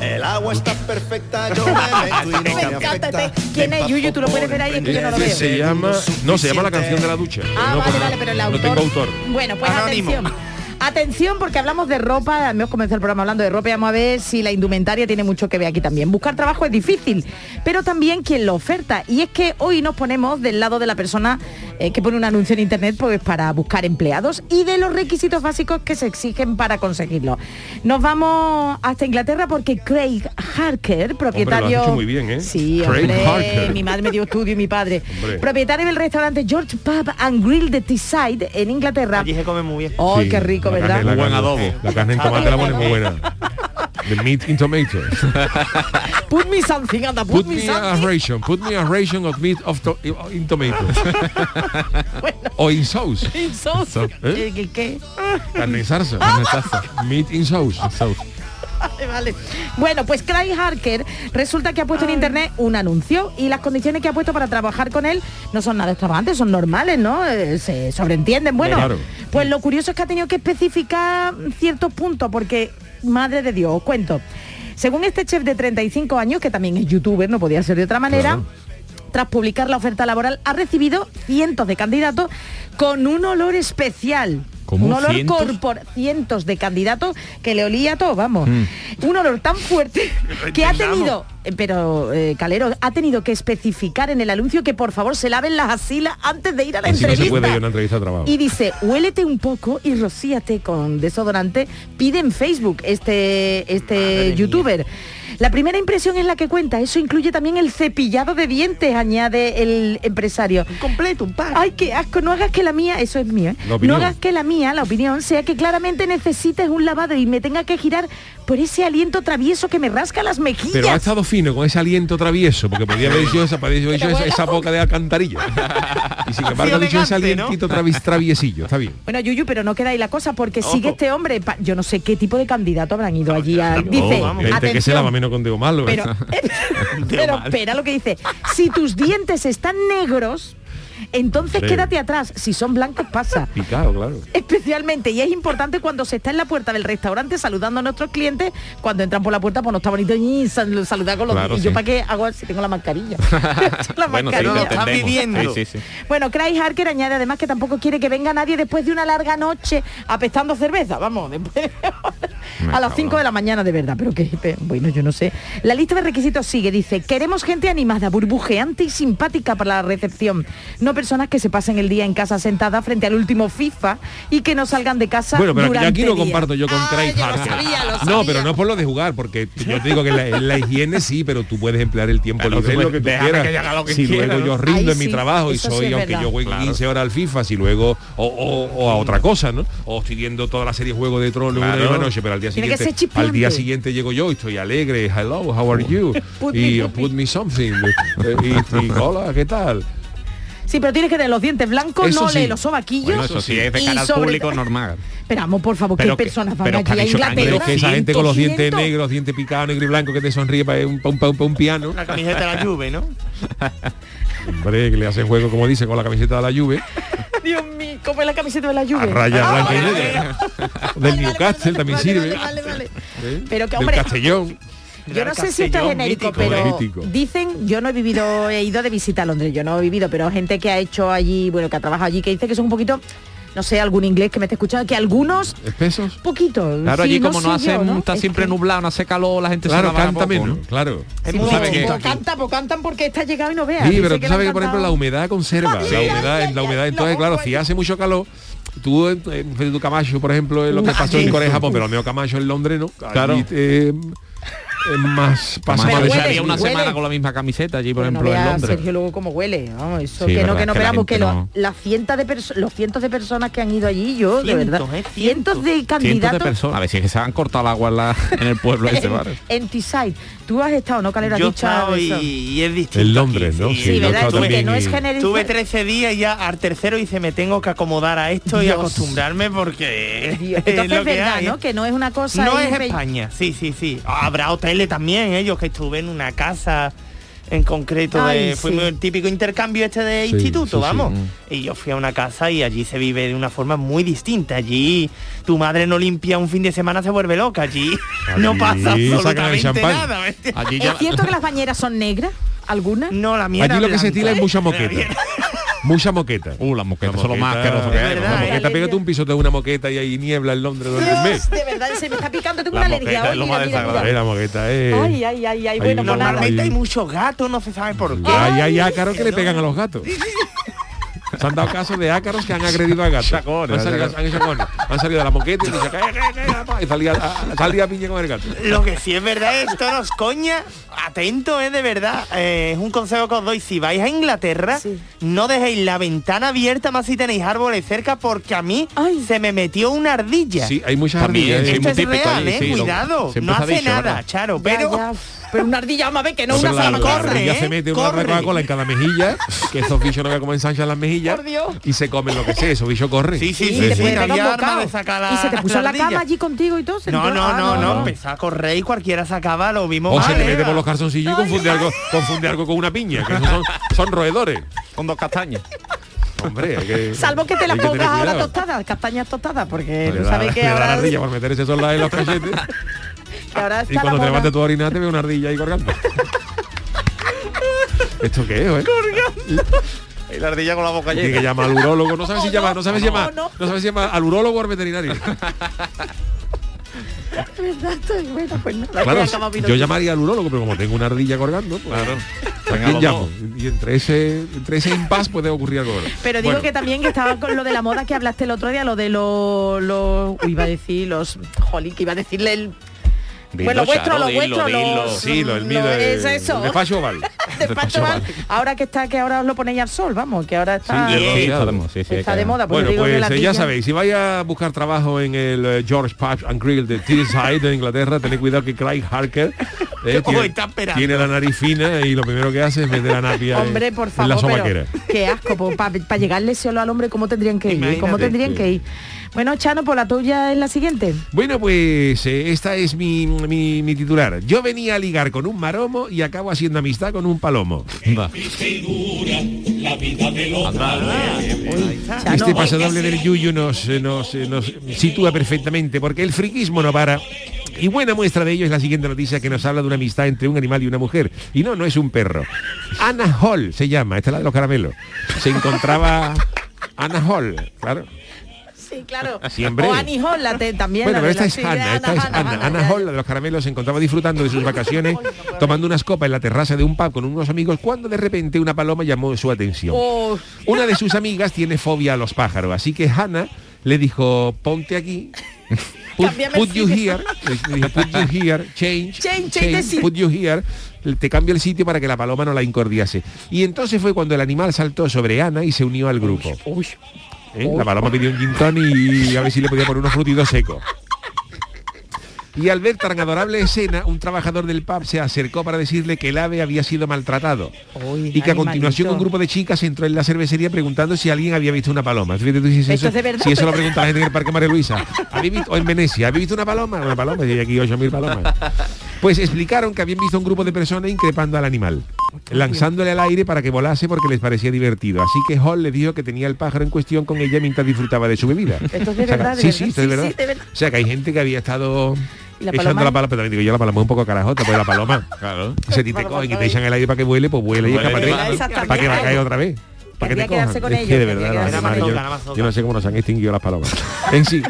S4: El agua está perfecta, yo me meto y no
S8: Me
S4: me
S8: encanta
S4: afecta.
S8: este- ¿Quién es, Yuyu? Tú lo puedes ver ahí, es que yo no lo veo.
S2: Eh, Se llama, no, se llama la canción de la ducha.
S8: Ah,
S2: No,
S8: vale,
S2: porque
S8: vale, pero el
S2: no
S8: autor.
S2: tengo autor.
S8: Bueno, pues
S7: Anónimo.
S8: atención. Atención porque hablamos de ropa, hemos comenzado el programa hablando de ropa y vamos a ver si la indumentaria tiene mucho que ver aquí también. Buscar trabajo es difícil, pero también quien lo oferta. Y es que hoy nos ponemos del lado de la persona eh, que pone un anuncio en internet pues, para buscar empleados y de los requisitos básicos que se exigen para conseguirlo. Nos vamos hasta Inglaterra porque Craig Harker, propietario...
S2: hecho muy bien, ¿eh?
S8: Sí,
S2: Craig
S8: hombre,
S2: Harker.
S8: mi madre me dio estudio y mi padre.
S2: Hombre.
S8: Propietario del restaurante George Pub and Grill de Teesside en Inglaterra.
S7: Allí se come muy bien.
S8: ¡Oh,
S2: Sí,
S8: qué rico,
S2: la
S8: ¿verdad?
S2: carne- la
S6: Un buen
S2: carne-
S6: adobo.
S2: La carne en tomate la pone muy buena. The meat in tomato.
S8: Put me something, anda, put,
S2: Put
S8: me
S2: me a
S8: something.
S2: ration. Put me a ration of meat of to- in tomato. O in sauce.
S8: In sauce.
S2: ¿Eh?
S8: ¿Qué, qué?
S2: Carne en salsa.
S8: Ah.
S2: Meat in sauce.
S8: Vale, vale. Bueno, pues Craig Harker resulta que ha puesto en internet un anuncio y las condiciones que ha puesto para trabajar con él no son nada extravagantes, son normales, ¿no? Eh, se sobreentienden. Bueno,
S2: Claro.
S8: pues lo curioso es que ha tenido que especificar ciertos puntos porque, madre de Dios, os cuento. Según este chef de 35 años, que también es youtuber, no podía ser de otra manera, tras publicar la oferta laboral, ha recibido cientos de candidatos con un olor especial.
S6: ¿Cómo?
S8: Un olor
S6: ¿Cientos?
S8: corpor- cientos de candidatos que le olía a todo, vamos.
S2: Mm.
S8: Un olor tan fuerte que ha tenido, eh, pero eh, Calero, ha tenido que especificar en el anuncio que por favor se laven las asilas antes de ir a la
S2: Así no
S8: entrevista.
S2: se puede ir a una entrevista de trabajo.
S8: Y dice, huélete un poco y rocíate con desodorante. Pide en Facebook este, este youtuber. La primera impresión es la que cuenta. Eso incluye también el cepillado de dientes, añade el empresario.
S7: Completo, un par.
S8: Ay, qué asco, no hagas que la mía, eso es mío, ¿eh?
S2: La
S8: no
S2: opinión.
S8: hagas que la mía, la opinión, sea que claramente necesites un lavado y me tenga que girar por ese aliento travieso que me rasca las mejillas.
S2: Pero ha estado fino con ese aliento travieso, porque podía haber hecho esa, podía haber hecho esa, esa boca de alcantarilla. Y sin embargo, ha dicho ese
S7: elegante, ¿no?
S2: alientito travis- traviesillo. Está bien.
S8: Bueno, Yuyu, pero no queda ahí la cosa, porque
S7: Ojo.
S8: sigue este hombre, pa- yo no sé qué tipo de candidato habrán ido allí a... dice,
S2: Oh, gente que se
S8: atención,
S2: lava menos con dedo malo. ¿eh?
S8: pero, pero espera lo que dice, si tus dientes están negros... Entonces
S6: Sí.
S8: quédate atrás. Si son blancos, pasa.
S6: Picado, claro.
S8: Especialmente, y es importante cuando se está en la puerta del restaurante saludando a nuestros clientes, cuando entran por la puerta, pues no está bonito y sal- saludar con los
S6: Claro,
S8: ¿Y yo
S6: sí.
S8: para qué hago si tengo la mascarilla? la
S6: Bueno, sí,
S8: mascarilla.
S6: lo
S7: Lo están
S6: entendemos.
S7: viviendo.
S6: Sí, sí, sí.
S8: Bueno, Craig Harker añade además que tampoco quiere que venga nadie después de una larga noche apestando cerveza, vamos, después
S6: Me
S8: a las
S6: cabrón.
S8: 5 de la mañana de verdad, pero que pe- bueno, yo no sé. La lista de requisitos sigue, dice, queremos gente animada, burbujeante y simpática para la recepción, no personas que se pasen el día en casa sentada frente al último FIFA y que no salgan de casa
S2: Bueno, pero aquí-
S8: durante
S2: aquí no
S8: el día.
S2: comparto yo con
S8: Ah,
S2: Craig
S8: yo lo
S2: Harker.
S8: sabía, lo
S2: No,
S8: sabía.
S2: pero no por lo de jugar, porque t- yo te digo que la, en la higiene sí, pero tú puedes emplear el tiempo
S6: Claro,
S2: libre
S6: tú
S2: en lo
S6: puedes-
S2: que tú
S6: déjame
S2: quieras.
S6: que yo haga lo que
S2: si
S6: quiera,
S2: luego yo
S6: ¿no?
S2: rindo
S8: Ahí
S2: en mi
S8: sí,
S2: trabajo y
S8: eso sí
S2: soy,
S8: es
S2: aunque
S8: verdad.
S2: yo juegue
S6: Claro.
S2: 15 horas al FIFA, si luego o, o- o a otra cosa, ¿no? O estoy viendo toda la serie Juego de Tronos una y
S6: Claro.
S2: una noche, pero al día
S8: Tiene que
S2: siguiente,
S8: ser
S2: al día
S8: chispeante.
S2: siguiente llego yo y estoy alegre, hello, how are you?
S8: Put me,
S2: y
S8: put me.
S2: put me something. Eh, y, y, hola, ¿qué tal?
S8: Sí, pero tienes que tener los dientes blancos,
S2: Eso
S8: no
S2: sí.
S8: le los sobaquillos.
S6: Bueno, eso sí, es de
S8: y
S6: cara al
S8: sobre-
S6: público normal.
S8: Pero vamos, por favor,
S6: Pero que-
S8: que personas van
S6: pero que
S8: aquí
S6: ha
S8: a
S6: dicho
S2: Pero es
S8: Inglaterra.
S2: que esa gente con los dientes
S8: 500.
S2: negros, dientes picados, negro y blanco, que te sonríe para un, pa' un, pa' un- pa' un piano.
S7: La camiseta de la Juve, ¿no?
S2: Hombre, que le hacen juego, como dice, con la camiseta de la Juve,
S8: Dios mío, ¿cómo es la camiseta de la lluvia?
S2: a raya
S8: Ah,
S2: blanca y
S8: vale, vale,
S2: negra.
S8: vale,
S2: Del Newcastle
S8: vale,
S2: también
S8: vale,
S2: sirve.
S8: vale, vale, vale.
S2: ¿eh?
S8: Pero que,
S2: Del
S8: hombre,
S2: Castellón.
S8: Yo no sé si esto es
S7: Castellón,
S8: genérico,
S7: mítico,
S8: pero
S2: mítico.
S8: dicen, yo no he vivido, he ido de visita a Londres, yo no he vivido, pero gente que ha hecho allí, bueno, que ha trabajado allí, que dice que son un poquito, no sé, algún inglés que me está escuchando, que algunos,
S2: ¿Espesos?
S8: poquito.
S6: Claro,
S8: sí,
S6: allí como no,
S8: sé
S6: hace,
S8: yo, ¿no?
S6: está
S8: Es
S6: siempre
S8: que-
S6: nublado, no hace calor, la gente se
S2: Claro,
S6: lava
S2: canta
S6: poco,
S2: menos,
S6: ¿no?
S2: claro.
S7: Es
S8: Sí,
S7: muy
S8: pues,
S6: sabes
S7: distinto
S8: pues
S7: aquí.
S8: cantan, pues cantan porque está llegado y no veas.
S2: Sí,
S8: dice
S2: pero tú
S8: le han
S2: sabes que, por ejemplo,
S8: cantado.
S2: la humedad conserva.
S8: Ay,
S2: La
S8: ay,
S2: humedad,
S8: ay,
S2: la
S8: ay,
S2: humedad. Entonces,
S8: loco,
S2: claro,
S8: ay.
S2: si hace mucho calor, tú en, en Fernando Camacho, por ejemplo, es lo que pasó en
S7: sí.
S2: Corea y Japón, pero Neo Camacho en Londres, ¿no?
S6: Claro.
S2: Allí, eh, es más pasa
S6: Además,
S8: Pero
S2: más
S6: yo
S8: huele,
S6: salía una
S8: huele.
S6: semana con la misma camiseta allí, por
S8: Pero
S6: ejemplo,
S8: no
S6: en
S8: vea
S6: Londres.
S8: Sergio luego cómo huele. Vamos, eso
S6: Sí,
S8: que no,
S6: verdad,
S8: que no
S6: es que la
S8: veamos que,
S6: gente
S8: lo-
S6: no-
S8: las cientas de perso- los cientos de personas que han ido allí, yo, de
S7: Cientos,
S8: verdad.
S7: eh,
S8: cientos.
S7: cientos.
S8: de
S6: Cientos de
S8: candidatos.
S6: personas. A ver si es que se han cortado el agua en, la- en el pueblo ese, ¿vale?
S8: en T-Side. Tú has estado, ¿no, Calero? Has
S7: Yo he
S8: dicho
S7: estado y,
S8: eso.
S7: y es distinto.
S2: En
S7: aquí,
S2: Londres, ¿no?
S8: Sí,
S2: yo he
S8: ¿verdad?
S2: estado
S8: Porque
S2: también
S8: no
S2: y-
S8: es generalizado.
S7: Tuve 13 días y ya al tercero dice me tengo que acomodar a esto y
S8: Dios.
S7: acostumbrarme porque
S8: Dios.
S7: es
S8: Entonces
S7: lo
S8: es
S7: que
S8: verdad,
S7: hay. eh.
S8: ¿no? Que no es una cosa...
S7: No
S8: ahí
S7: es
S8: pe-
S7: España, sí, sí, sí. Habrá hoteles también, ellos que estuve en una casa en concreto
S8: Ay,
S7: de, fuimos
S8: sí.
S7: el típico intercambio este de
S2: Sí, sí,
S7: instituto,
S2: sí.
S7: vamos. Y yo fui a una casa y allí se vive de una forma muy distinta. Allí tu madre no limpia un fin de semana se vuelve loca. Allí, no
S2: Allí
S7: pasa
S2: sacan el
S7: absolutamente
S2: champán.
S7: nada. ¿ves?
S6: Allí
S8: ¿Es cierto que las bañeras son negras? ¿Algunas?
S7: No, la mía
S2: Allí
S7: era
S2: lo que se
S7: blanca.
S2: tira es mucha
S7: Era bien.
S2: moqueta. Mucha moqueta.
S6: Uh, las moquetas son lo más
S2: moqueta-
S6: asqueroso que hay,
S7: Es
S2: La
S7: verdad, ¿eh?
S2: moqueta, pégate un pisote de una moqueta y hay niebla en Londres durante un mes.
S8: Dios, de verdad, se me está picando, tengo
S6: La
S8: una alergia.
S6: moqueta
S8: Ay,
S6: es lo
S8: mira,
S6: más
S8: mira, mira.
S2: Eh, La moqueta, eh.
S8: Ay, ay, ay, ay,
S2: Hay
S8: bueno,
S2: una
S8: pues nada.
S2: mala-
S7: Normalmente
S2: Ay.
S7: hay muchos gatos, no se sabe por qué.
S2: Ay, hay ácaros que le pegan a los gatos. Se han dado casos de ácaros que han agredido a gatos.
S6: Chacones,
S2: han, salido,
S6: chacones.
S2: han hecho chacones. Han salido de la moqueta y, dicen, "Eh, eh, eh, papá", y salía, a- salía a piña con el gato.
S7: Lo que sí es verdad es, todos coña, atento, es de verdad. Eh, es un consejo que os doy. Si vais a Inglaterra,
S8: Sí.
S7: no dejéis la ventana abierta más si tenéis árboles cerca, porque a mí
S8: Ay.
S7: se me metió una ardilla.
S2: Sí, hay muchas
S6: También,
S2: ardillas.
S6: sí,
S2: ¿eh?
S7: Esto
S6: muy
S7: es
S6: típico
S7: real,
S6: allí,
S7: eh.
S6: sí, lo-
S7: Cuidado.
S6: siempre
S7: No
S6: se ha
S7: hace
S6: dicho,
S7: nada,
S6: ¿verdad?
S7: Charo,
S8: Ya,
S7: pero
S8: ya, Pero una ardilla, vamos a ver, que no
S7: No,
S8: una
S7: pero
S8: sola
S7: la- la-
S8: corre.
S7: corre,
S2: ya
S7: ¿eh?
S2: se mete una barra de
S7: Corre.
S2: Coca-Cola en cada mejilla, que esos bichos no que comen Sánchez en las mejillas
S8: Por Dios.
S2: y se comen lo que sea, esos bichos corren.
S7: Sí, sí,
S8: Sí,
S7: sí,
S8: te
S7: sí,
S8: puede
S7: no
S8: pegar
S7: había
S8: un
S7: arma
S8: bocado.
S7: de sacar la-
S8: Y se te
S7: la
S8: puso en la
S7: ardilla.
S8: cama allí contigo y todo. se
S7: No,
S8: entró-
S7: no,
S8: Ah,
S7: no, no,
S6: no.
S7: empezó a correr y cualquiera sacaba, lo vimos
S2: O
S7: mal,
S2: se te
S7: ¿eh?
S2: mete por los calzoncillos y confunde algo, confunde algo con una piña, que esos son, son roedores.
S6: Con dos castañas.
S2: Hombre, hay que-
S8: Salvo que te las
S2: hay tener
S8: pongas ahora
S2: cuidado.
S8: tostadas, castañas tostadas, porque
S2: Le
S8: tú
S2: da-
S8: sabes que
S2: le da la
S8: ahora,
S2: ardilla por meter ese sol en los cachetes
S8: que ahora
S2: y
S8: está la
S2: cuando te
S8: moda.
S2: levantes tu orina te ve una ardilla ahí colgando. ¿Esto qué es, eh?
S6: Y la ardilla con la boca
S2: Tiene que llamar al urólogo, no sabes si
S8: O
S2: llama,
S8: Oh, no,
S2: no sabes si
S8: o
S2: llama,
S8: no.
S2: no sabes si llama al urólogo o al veterinario.
S8: ¿Verdad? Bueno, pues nada, que
S2: Claro,
S8: acabamos viendo
S2: yo
S8: el-
S2: llamaría al urólogo, pero como tengo una ardilla colgando, pues, ¿a
S6: Venga,
S2: quién
S6: los
S2: llamo? Y entre ese, entre ese impas puede ocurrir algo.
S8: Pero digo
S2: Bueno,
S8: que también que estaba con lo de la moda que hablaste el otro día, lo de los... los- uy, iba a decir los... Jolín, que iba a decirle el... bueno, vuestro, lo vuestro, los...
S2: sí, lo del mío
S8: lo-
S2: de,
S8: es eso.
S2: de Pacho Oval.
S8: De Pacho Val. Ahora que está, que ahora os lo ponéis al sol, vamos, que ahora está...
S7: Sí,
S6: Ah, Sí, está de moda, sí, sí,
S8: Está
S6: que-
S8: de moda, pues
S2: Bueno,
S8: yo digo que
S2: pues
S8: la
S2: eh,
S8: ardilla-
S2: ya sabéis, si vais a buscar trabajo en el eh, George Pub and Grill de Teesside de Inglaterra, tened cuidado que Craig Harker eh,
S7: Oh,
S2: tiene,
S7: está esperando.
S2: tiene la nariz fina y lo primero que hace es meter la napia en-
S8: Hombre, por
S2: en
S8: favor,
S2: la sobaquera.
S8: pero qué asco, para llegarle solo al hombre, ¿cómo tendrían que ir? ¿Cómo
S7: Imagínate.
S8: tendrían que ir? Bueno, Chano, por la tuya es la siguiente.
S2: Bueno, pues eh, esta es mi, mi- mi titular. Yo venía a ligar con un maromo y acabo haciendo amistad con un palomo.
S6: Va.
S8: Chano,
S2: este pasadable del Yuyu nos, eh, nos, eh, nos sitúa perfectamente porque el friquismo no para. Y buena muestra de ello es la siguiente noticia que nos habla de una amistad entre un animal y una mujer. Y no, no es un perro. Anna Hall se llama, esta es la de los caramelos. Se encontraba Anna Hall, claro.
S8: Sí, claro.
S2: Siempre.
S8: O Annie Hall, la te- también.
S2: Bueno,
S8: la
S2: pero
S8: de
S2: esta
S8: la-
S2: es
S8: sí, de
S2: Ana, esta es Ana. Ana
S8: ya.
S2: Hall, la de los caramelos, se encontraba disfrutando de sus vacaciones, tomando unas copas en la terraza de un pub con unos amigos, cuando de repente una paloma llamó su atención.
S8: Oh,
S2: Una de sus amigas tiene fobia a los pájaros, así que Hannah le dijo, ponte aquí. Put,
S8: Cámbiame
S2: put
S8: el
S2: you
S8: sitio".
S2: here, le dijo, put you here, change,
S8: Change, change the seat.
S2: put you here, te cambio el sitio para que la paloma no la incordiase. Y entonces fue cuando el animal saltó sobre Ana y se unió al grupo. ¿Eh? La paloma pidió un gin tonic y a ver si le podía poner unos frutidos secos. Y al ver tan adorable escena, un trabajador del pub se acercó para decirle que el ave había sido maltratado.
S8: Uy,
S2: y que a continuación
S8: animalito.
S2: un grupo de chicas entró en la cervecería preguntando si alguien había visto una paloma. Fíjate tú si
S8: Esto
S2: eso,
S8: es de verdad.
S2: si eso lo pregunta la gente en el Parque María Luisa. ¿Habéis visto, o en Venecia, ¿habéis visto una paloma? Una paloma, y hay aquí 8.000 palomas. Pues explicaron que habían visto un grupo de personas increpando al animal, lanzándole al aire para que volase porque les parecía divertido. Así que Hall le dijo que tenía el pájaro en cuestión con ella mientras disfrutaba de su bebida.
S8: Esto es de
S2: O sea,
S8: verdad, de
S2: sí,
S8: verdad.
S2: sí, esto es
S8: Sí,
S2: verdad.
S8: sí, de verdad.
S2: O sea, que hay gente que había estado
S8: ¿Y la
S2: echando
S8: paloma?
S2: la paloma, pero también digo yo, la paloma es un poco carajota, pues la paloma.
S9: Claro.
S2: O sea, a ti te
S8: Paloma
S2: cogen y te
S8: cae.
S2: echan el aire para que vuele, pues vuela y
S9: Vuela,
S2: escapa
S9: vuela,
S8: exactamente.
S2: para que va a caer otra vez. Para que
S8: Habría
S2: te
S8: que quedarse
S2: cojan.
S8: con
S2: Es que
S8: ellos,
S2: de
S8: habría
S2: verdad,
S8: que
S2: los
S8: quedarse
S2: animales,
S7: con
S2: yo,
S7: ellos. Una mazoca,
S2: yo no sé cómo nos han extinguido las palomas. En sí.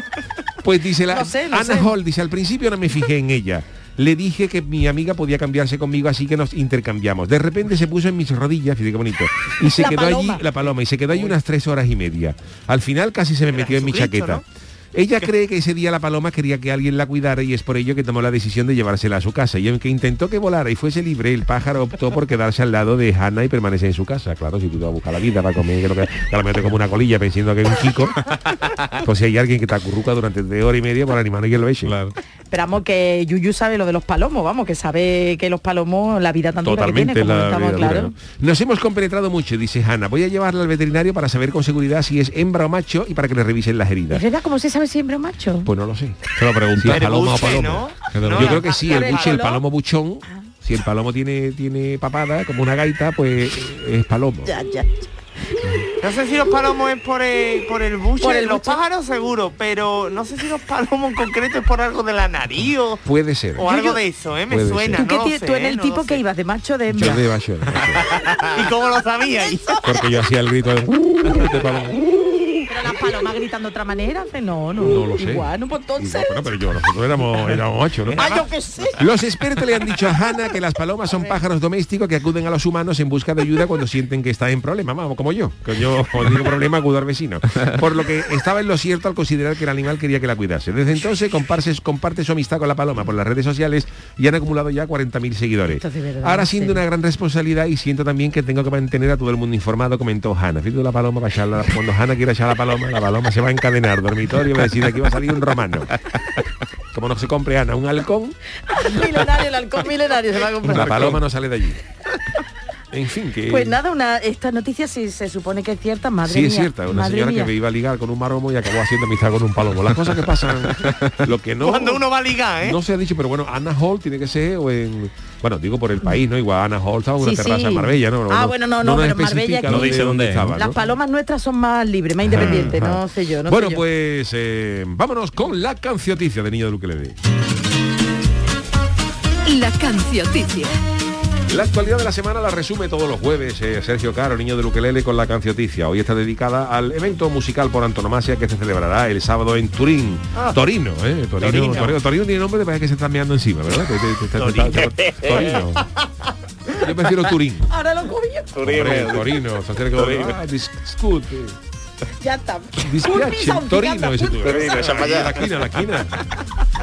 S2: Pues dice la
S8: Lo sé, lo
S2: Ana
S8: sé.
S2: Hall, dice, al principio no me fijé en ella. Le dije que mi amiga podía cambiarse conmigo, así que nos intercambiamos. De repente se puso en mis rodillas, fíjate qué bonito, y se
S8: La
S2: quedó
S8: paloma.
S2: allí la paloma y se quedó ahí unas tres horas y media. Al final casi se me metió en mi
S7: Jesucristo,
S2: chaqueta. Ella cree que ese día la paloma quería que alguien la cuidara y es por ello que tomó la decisión de llevársela a su casa. Y aunque intentó que volara y fuese libre, el pájaro optó por quedarse al lado de Hannah y permanecer en su casa. Claro, si tú te vas a buscar la vida para comer, que lo que, que a lo mejor te como una colilla pensando que es un chico, pues si hay alguien que te acurruca durante tres horas y media por animar y que lo eche.
S8: Esperamos que Yuyu sabe lo de los palomos, vamos, que sabe que los palomos, la vida tan dura que tiene,
S2: Totalmente
S8: como
S2: la
S8: estamos
S2: vida dura,
S8: claro.
S2: ¿no? Nos hemos compenetrado mucho, dice Hanna. Voy a llevarla al veterinario para saber con seguridad si es hembra o macho y para que le revisen las
S8: ¿Es
S2: heridas.
S8: verdad cómo se sabe siempre, macho?
S2: Pues no lo sé.
S9: Se lo preguntas
S2: Sí,
S9: paloma o
S7: buche,
S9: paloma.
S7: ¿no? No,
S2: Yo
S7: la-
S2: creo que sí, el
S8: la-
S2: buche, el
S8: la-
S2: palomo buchón. Si el palomo tiene, tiene papada, como una gaita, pues es palomo.
S8: Ya, ya.
S7: No sé si los palomos es por el, por el buche,
S8: Por el
S7: los
S8: buche.
S7: pájaros seguro, pero no sé si los palomos en concreto es por algo de la nariz o,
S2: Puede ser.
S7: o algo de eso, ¿eh? Me
S2: Puede
S7: suena,
S8: ¿Tú,
S7: no
S8: qué
S7: lo
S8: ti-
S7: sé,
S8: tú en
S7: ¿eh?
S8: el
S7: No lo
S8: tipo que
S7: sé.
S8: ibas, de macho o de hembra?
S2: Yo de macho, de macho.
S7: ¿Y cómo lo sabíais?
S2: Porque yo hacía el grito de, "Uh, de palomo.
S8: Pero las palomas gritando de otra manera, fe, no, no.
S2: No lo sé.
S8: Igual, no, pues entonces.
S2: Igual, bueno, pero yo, nosotros éramos, éramos macho, ¿no?
S8: Ay, yo qué sé.
S2: Los expertos le han dicho a Hannah que las palomas son pájaros domésticos que acuden a los humanos en busca de ayuda cuando sienten que están en problemas, vamos, como yo, que yo cuando tengo problema acudo al vecino. Por lo que estaba en lo cierto al considerar que el animal quería que la cuidase. Desde entonces comparse- comparte su amistad con la paloma por las redes sociales y han acumulado ya 40.000 seguidores.
S8: Esto es de verdad,
S2: Ahora
S8: en
S2: siento una
S8: serio.
S2: gran responsabilidad y siento también que tengo que mantener a todo el mundo informado, comentó Hannah. Fíjate la paloma para echarla- cuando Hannah quiera echar la paloma, la paloma se va a encadenar, dormitorio, va a decir, aquí va a salir un romano. Como no se compre Ana un halcón,
S8: milenario, el halcón milenario se va a comprar.
S2: la paloma no sale de allí. En fin, que...
S8: Pues nada, una, esta noticia sí se supone que es cierta, madre
S2: sí,
S8: mía.
S2: es cierta. Una
S8: madre
S2: señora
S8: mía.
S2: que me iba a ligar con un maromo y acabó haciendo amistad con un palomo. Las cosas que pasan, lo que no...
S7: Cuando uno va a ligar, ¿eh?
S2: No se ha dicho, pero bueno, Ana Hall tiene que ser, o en, bueno, digo por el país, ¿no? Igual Ana Hall estaba en una
S8: Sí,
S2: terraza
S8: sí.
S2: en Marbella, ¿no?
S8: Ah, bueno, no, no,
S2: nos
S8: pero en Marbella
S2: especifica
S8: aquí-
S9: No dice dónde es,
S2: estaba,
S8: Las
S2: ¿no?
S8: palomas nuestras son más libres, más independientes,
S2: Ajá.
S8: no sé yo, no
S2: bueno,
S8: sé yo.
S2: pues eh, vámonos con la cancioticia de Niño de Ukelele.
S1: La cancioticia.
S2: La actualidad de la semana la resume todos los jueves eh, Sergio Caro, Niño de Ukelele, con la cancioticia. Hoy está dedicada al evento musical por antonomasia que se celebrará el sábado en Turín. Torino, ¿eh? Torino, Torino.
S7: Torino.
S2: Torino tiene nombre de parece que se están meando encima, ¿verdad? Te- te- te- te- te- te- te- te- Torino. Yo prefiero Turín.
S8: Ahora lo comió.
S2: Hombre, Torino, se acerca
S9: Torino.
S2: Ah, discute.
S8: Ya está.
S2: Dispiace,
S8: Pulpisa,
S2: Torino, ese
S8: pulpisa.
S2: tú.
S9: Torino, esa para allá.
S2: La esquina, la esquina.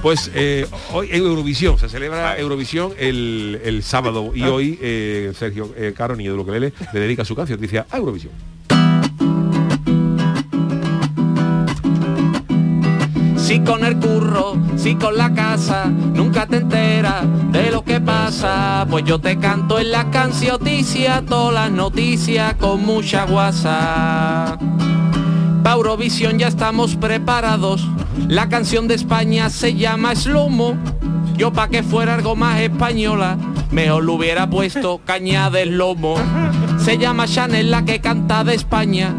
S2: Pues eh, hoy en Eurovisión, se celebra Eurovisión el, el sábado y hoy eh, Sergio eh, Caro, niño de Ukelele, le dedica su canción, dice a Eurovisión.
S10: Si con el curro, si con la casa, nunca te enteras de lo que pasa. Pues yo te canto en la cancioticia, todas las noticias con mucha guasa. Pa' Eurovisión ya estamos preparados. La canción de España se llama Slomo. Yo pa' que fuera algo más española, mejor lo hubiera puesto caña del lomo. Se llama Chanel la que canta de España.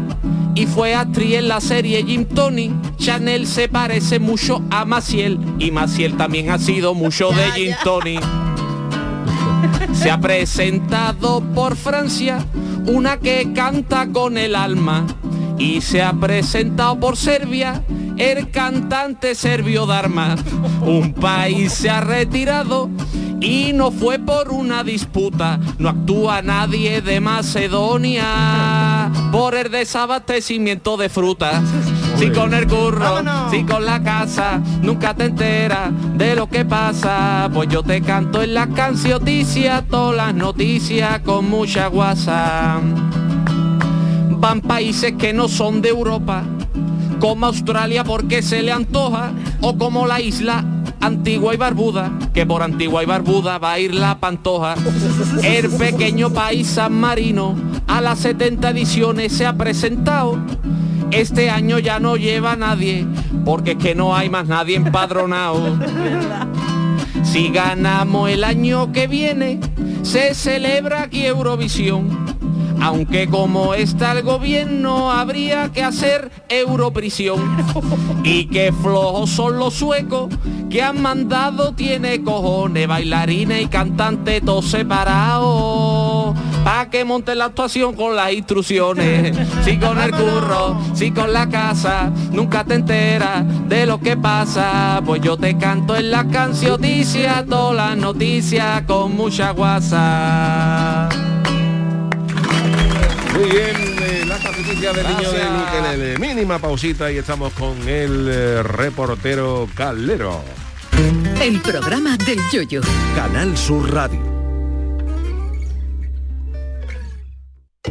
S10: Y fue actriz en la serie Jim Tony. Chanel se parece mucho a Maciel. Y Maciel también ha sido mucho de Jim Tony. Se ha presentado por Francia una que canta con el alma y se ha presentado por Serbia el cantante serbio Dharma. Un país se ha retirado y no fue por una disputa, no actúa nadie de Macedonia por el desabastecimiento de frutas. Si con el curro, si con la casa, nunca te enteras de lo que pasa. Pues yo te canto en la cancioticias, todas las noticias con mucha guasa van países que no son de Europa, como Australia porque se le antoja, o como la isla Antigua y Barbuda, que por Antigua y Barbuda va a ir la Pantoja. El pequeño país San Marino a las 70 ediciones se ha presentado. Este año ya no lleva a nadie, porque es que no hay más nadie empadronado. Si ganamos el año que viene, se celebra aquí Eurovisión. Aunque como está el gobierno, habría que hacer europrisión. Y que flojos son los suecos que han mandado, tiene cojones, bailarines y cantantes todos separados. Pa' que monten la actuación con las instrucciones. Si con el curro, si con la casa, nunca te enteras de lo que pasa. Pues yo te canto en la cancioticias, todas las noticias con mucha guasa.
S2: Muy bien, eh, la capitica del niño de Luquelele. Mínima pausita y estamos con el eh, reportero Calero.
S1: El programa del yoyo.
S9: Canal Sur Radio.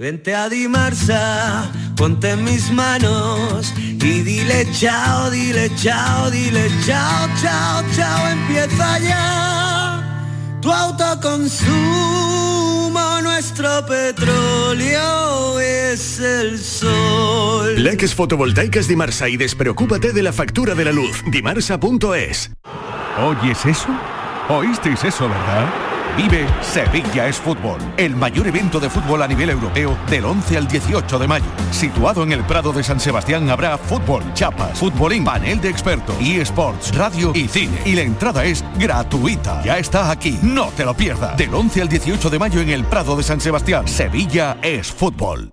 S11: Vente a Dimarsa, ponte en mis manos y dile chao, dile chao, dile chao, chao, chao, empieza ya. Tu autoconsumo, nuestro petróleo es el sol.
S12: Leques fotovoltaicas Dimarsa y despreocúpate de la factura de la luz. Dimarsa.es.
S13: ¿Oyes eso? ¿Oísteis eso, verdad? Vive Sevilla es Fútbol, el mayor evento de fútbol a nivel europeo del 11 al 18 de mayo. Situado en el Prado de San Sebastián habrá fútbol, chapas, futbolín, panel de expertos, eSports, radio y cine. Y la entrada es gratuita. Ya está aquí, no te lo pierdas. Del 11 al 18 de mayo en el Prado de San Sebastián, Sevilla es Fútbol.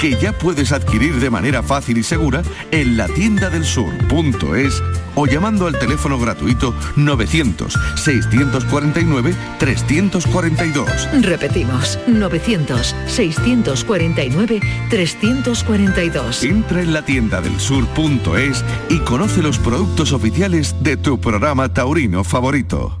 S13: que ya puedes adquirir de manera fácil y segura en la tienda del sur.es o llamando al teléfono gratuito 900-649-342.
S1: Repetimos, 900-649-342.
S13: Entra en la tienda del sur.es y conoce los productos oficiales de tu programa taurino favorito.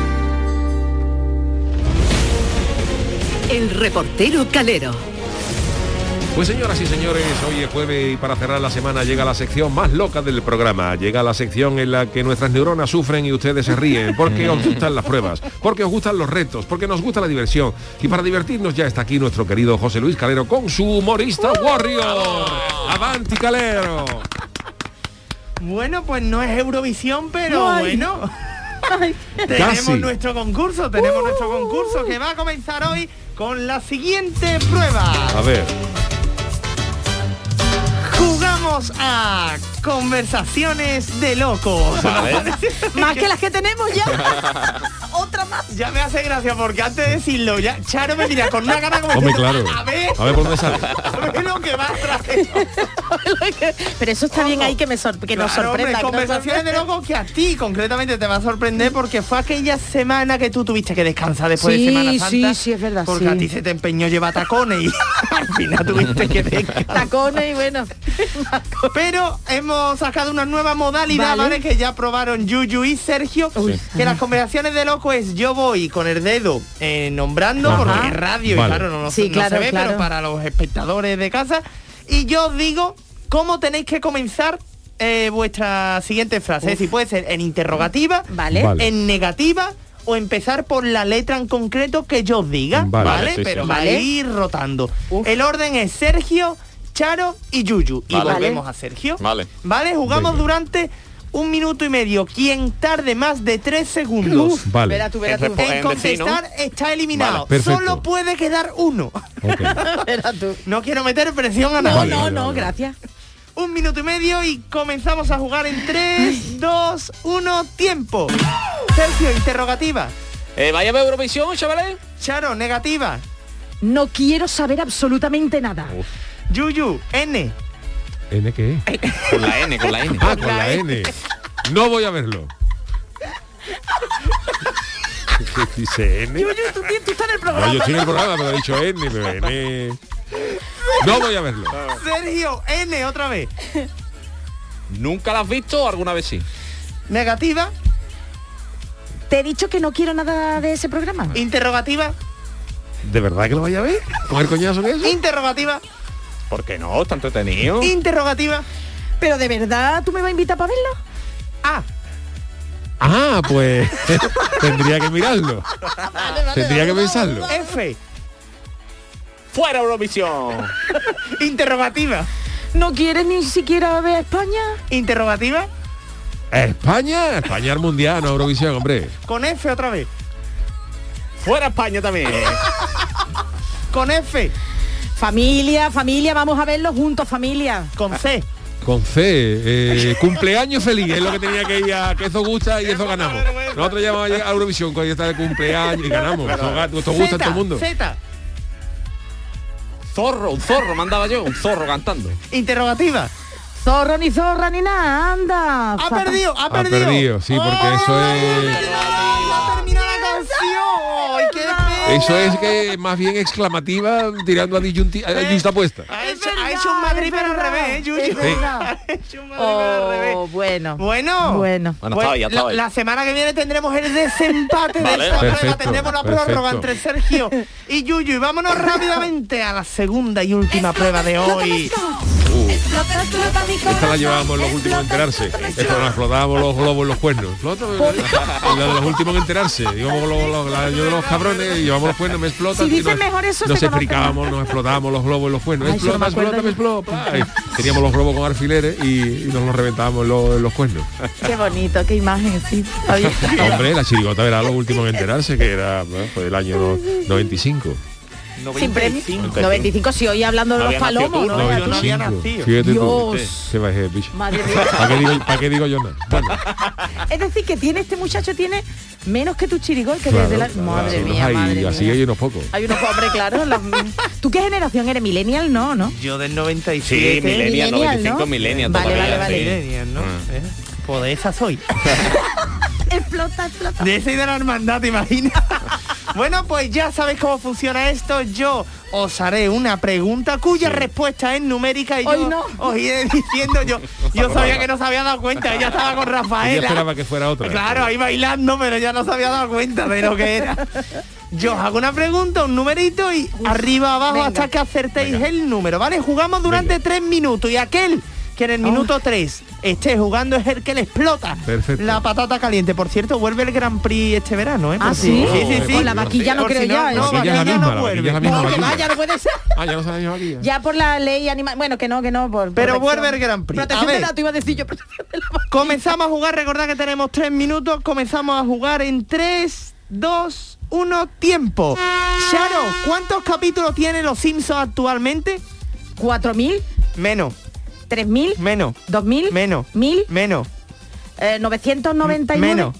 S1: El reportero Calero.
S2: Pues señoras y señores, hoy es jueves y para cerrar la semana llega la sección más loca del programa. Llega la sección en la que nuestras neuronas sufren y ustedes se ríen porque os gustan las pruebas, porque os gustan los retos, porque nos gusta la diversión. Y para divertirnos ya está aquí nuestro querido José Luis Calero con su humorista Warrior. ¡Avanti Calero!
S7: Bueno, pues no es Eurovisión, pero
S5: Ay.
S7: bueno. tenemos
S5: Casi.
S7: nuestro concurso, tenemos
S8: Uh.
S7: nuestro concurso que va a comenzar hoy con la siguiente prueba.
S2: A ver.
S7: Jugamos a conversaciones de locos.
S5: Vale.
S8: Más que las que tenemos ya.
S7: Otra más. Ya me hace gracia porque antes de decirlo, ya Charo me mira con una cara como
S2: Hombre,
S7: diciendo,
S2: claro.
S7: a ver,
S2: A ver por dónde sale.
S7: a ver lo que va a traer.
S8: Pero eso está bien ahí que me sor- que nos
S7: Claro, hombre,
S8: sorprenda. que nos
S7: conversaciones de
S8: sorprenda.
S7: locos que a ti concretamente te va a sorprender porque fue aquella semana que tú tuviste que descansar después
S8: Sí,
S7: de Semana Santa.
S8: sí, sí, es verdad,
S7: Porque
S8: sí.
S7: a ti se te empeñó llevar tacones y al final tuviste que descansar.
S8: Tacones y bueno.
S7: Pero hemos sacado una nueva modalidad,
S8: Vale.
S7: ¿vale? Que ya probaron Yuyu y Sergio. Que las conversaciones de loco es yo voy con el dedo eh, nombrando,
S8: Ajá.
S7: porque es radio y
S8: Vale.
S7: claro, no, no
S8: Sí,
S7: se- no
S8: claro,
S7: se ve,
S8: claro.
S7: pero para los espectadores de casa. Y yo os digo cómo tenéis que comenzar eh, vuestra siguiente frase. Es decir, puede ser en interrogativa,
S8: Vale.
S2: Vale.
S7: en negativa o empezar por la letra en concreto que yo os diga,
S2: Vale.
S7: ¿vale?
S2: Vale, sí,
S7: pero
S2: sí.
S7: vale.
S2: Vale.
S7: ir rotando. El orden es Sergio, Charo y Yuyu. Y
S10: Vale.
S7: volvemos a Sergio.
S10: Vale.
S7: ¿Vale? Jugamos durante un minuto y medio. Quien tarde más de tres segundos
S10: Uf, vale. Verá tú, verá tú. En
S7: en contestar
S10: decir,
S7: está eliminado.
S10: Vale, perfecto.
S7: Solo puede quedar uno. No quiero meter presión a
S8: No,
S7: nadie.
S8: no, no, gracias.
S7: Un minuto y medio y comenzamos a jugar en 3, 2, 1, tiempo. Sergio, interrogativa.
S10: Eh, vaya a ver Eurovisión, chavales.
S7: Charo, negativa.
S8: No quiero saber absolutamente nada.
S7: Yuyu, N.
S2: ¿N qué?
S10: Con la N, con la N.
S2: Ah, con la N. No voy a verlo. ¿Qué dice N?
S8: Yuyu, tú, tú estás en el programa.
S2: No, yo estoy en el programa, pero ha dicho N, pero N. No voy a verlo.
S7: Sergio, N otra vez.
S10: ¿Nunca la has visto o alguna vez sí?
S7: Negativa.
S8: Te he dicho que no quiero nada de ese programa.
S7: Interrogativa.
S2: ¿De verdad que lo vaya a ver? ¿Comer coñazo que es?
S7: Interrogativa.
S10: ¿Por qué no? Está entretenido.
S7: Interrogativa.
S8: Pero de verdad, ¿tú me vas a invitar para verlo?
S7: Ah.
S2: Ah, pues tendría que mirarlo. Tendría que pensarlo.
S7: F.
S10: ¡Fuera Eurovisión!
S7: Interrogativa.
S8: ¿No quieres ni siquiera ver a España?
S7: Interrogativa.
S2: España, España al mundial, no Eurovisión, hombre.
S7: Con F otra vez.
S10: ¡Fuera España también!
S7: Con F.
S8: Familia, familia, vamos a verlo juntos, familia.
S7: Con C.
S2: Con C, eh, cumpleaños feliz, es lo que tenía que ir a que eso gusta y eso ganamos. Nosotros llamamos a Eurovisión cuando está de cumpleaños y ganamos. Eso, ga- esto gusta a todo el mundo.
S7: Z.
S10: Zorro, un zorro mandaba yo, un zorro cantando.
S7: Interrogativa.
S8: Zorro ni zorra ni nada, anda.
S7: Ha perdido, ha
S2: Ha
S7: perdido.
S2: perdido, sí, porque eso es.
S7: Termina la canción. Ay, qué pena.
S2: Eso es que más bien exclamativa tirando a disyunti- a
S7: Eh,
S2: disyunta puesta.
S7: Ha hecho, ha hecho un Madrid pero al revés, ¿eh, Yuyu?
S8: Es verdad.
S7: Ha hecho un Madrid pero al revés.
S8: Oh,
S7: Bueno.
S8: bueno.
S7: Pues,
S8: Bueno.
S10: Bueno, estaba ahí, estaba
S7: la,
S10: ahí.
S7: la semana que viene tendremos el desempate
S10: Vale.
S7: de esta prueba.
S10: Perfecto,
S7: Tendremos la
S10: perfecto.
S7: prórroga entre Sergio y Yuyu. Y vámonos rápidamente a la segunda y última prueba de hoy.
S2: Esta la llevábamos los últimos en enterarse. Esto nos explotábamos los globos en los cuernos. Lo otro, la, la de los últimos en enterarse. Íbamos los, los, la- yo de los cabrones y llevamos los cuernos, me explotan.
S8: Si
S2: y
S8: dicen
S2: nos,
S8: mejor eso,
S2: nos
S8: se conocen.
S2: explicábamos, nos explotábamos los globos en los cuernos.
S8: Ay,
S2: Explota,
S8: eso no me acuerdo
S2: explota, me explota. Ay, Teníamos los globos con alfileres y, y nos los reventábamos en los, en los cuernos.
S8: Qué bonito, qué imagen, sí. Oye,
S2: Hombre, la chirigota era los últimos en enterarse, que era bueno, fue el año no- 95.
S8: sin premio. 95, sí, hoy hablando de
S2: No
S8: los
S2: había nacido
S8: palomos, ¿no?
S2: tú, ¿no?
S8: Era tú.
S2: 95. Fíjate tú.
S8: Dios.
S2: Qué bajé, bicho.
S8: Madre mía.
S2: ¿Para qué digo, para qué digo yo nada? Bueno,
S8: Es decir, que tiene este muchacho tiene menos que tu chirigol, que desde la...
S2: claro,
S8: Madre
S2: claro,
S8: mía,
S2: hay-
S8: madre
S2: Así
S8: mía.
S2: hay unos pocos.
S8: Hay unos hombres, claro. los- ¿Tú qué generación eres? ¿Millennial? No, ¿no?
S7: Yo del
S10: Sí,
S7: 97.
S10: milenia,
S8: millennial,
S10: 95
S8: ¿no?
S10: milenia
S8: Vale,
S10: todavía.
S8: vale, vale.
S10: sí.
S7: Millennial, ¿no?
S10: Ah.
S7: ¿Eh? Pues de esa soy.
S8: Explota, explota.
S7: De ese y de la hermandad, ¿te imaginas? bueno, pues ya sabéis cómo funciona esto. Yo os haré una pregunta cuya respuesta es numérica y
S8: Hoy
S7: yo
S8: no.
S7: os iré diciendo yo. yo sabía que no se había dado cuenta, ella estaba con
S2: Yo
S7: Rafaela.
S2: esperaba que fuera otra.
S7: Claro, ahí bailando, pero ya no se había dado cuenta de lo que era. Yo os hago una pregunta, un numerito y arriba, abajo, hasta que acertéis el número, ¿vale? Jugamos durante tres minutos y aquel que en el minuto tres esté jugando es el que le explota
S2: Perfecto.
S7: la patata caliente. Por cierto, vuelve el Gran Prix este verano, ¿eh?
S8: ¿Ah,
S7: Por si-
S8: sí?
S7: Sí, sí, sí.
S8: Con la vaquilla no
S7: Por si
S8: creo ya, ¿eh?
S7: No,
S2: Vaquilla es la
S7: vaquilla
S2: misma,
S7: no
S2: la
S7: vuelve.
S2: vaquilla es la misma
S8: Que
S2: vaquilla.
S8: vaya, no puede ser.
S2: Ah, ya no se la lleva aquí.
S8: Ya por la ley animal. Bueno, que no, que no.
S7: Pero
S8: Por protección.
S7: vuelve el Gran Prix.
S8: Protección
S7: A
S8: de
S7: ver.
S8: datos, iba a decir yo. pero-
S7: Comenzamos a jugar, recordad que tenemos tres minutos, comenzamos a jugar en 3, 2, 1, tiempo. Charo, ¿cuántos capítulos tienen los Simpsons actualmente?
S8: ¿4.000?
S7: Menos.
S8: ¿3.000?
S7: Menos.
S8: ¿2.000?
S7: Menos.
S8: ¿1.000?
S7: Menos.
S8: Eh, ¿999?
S7: Menos.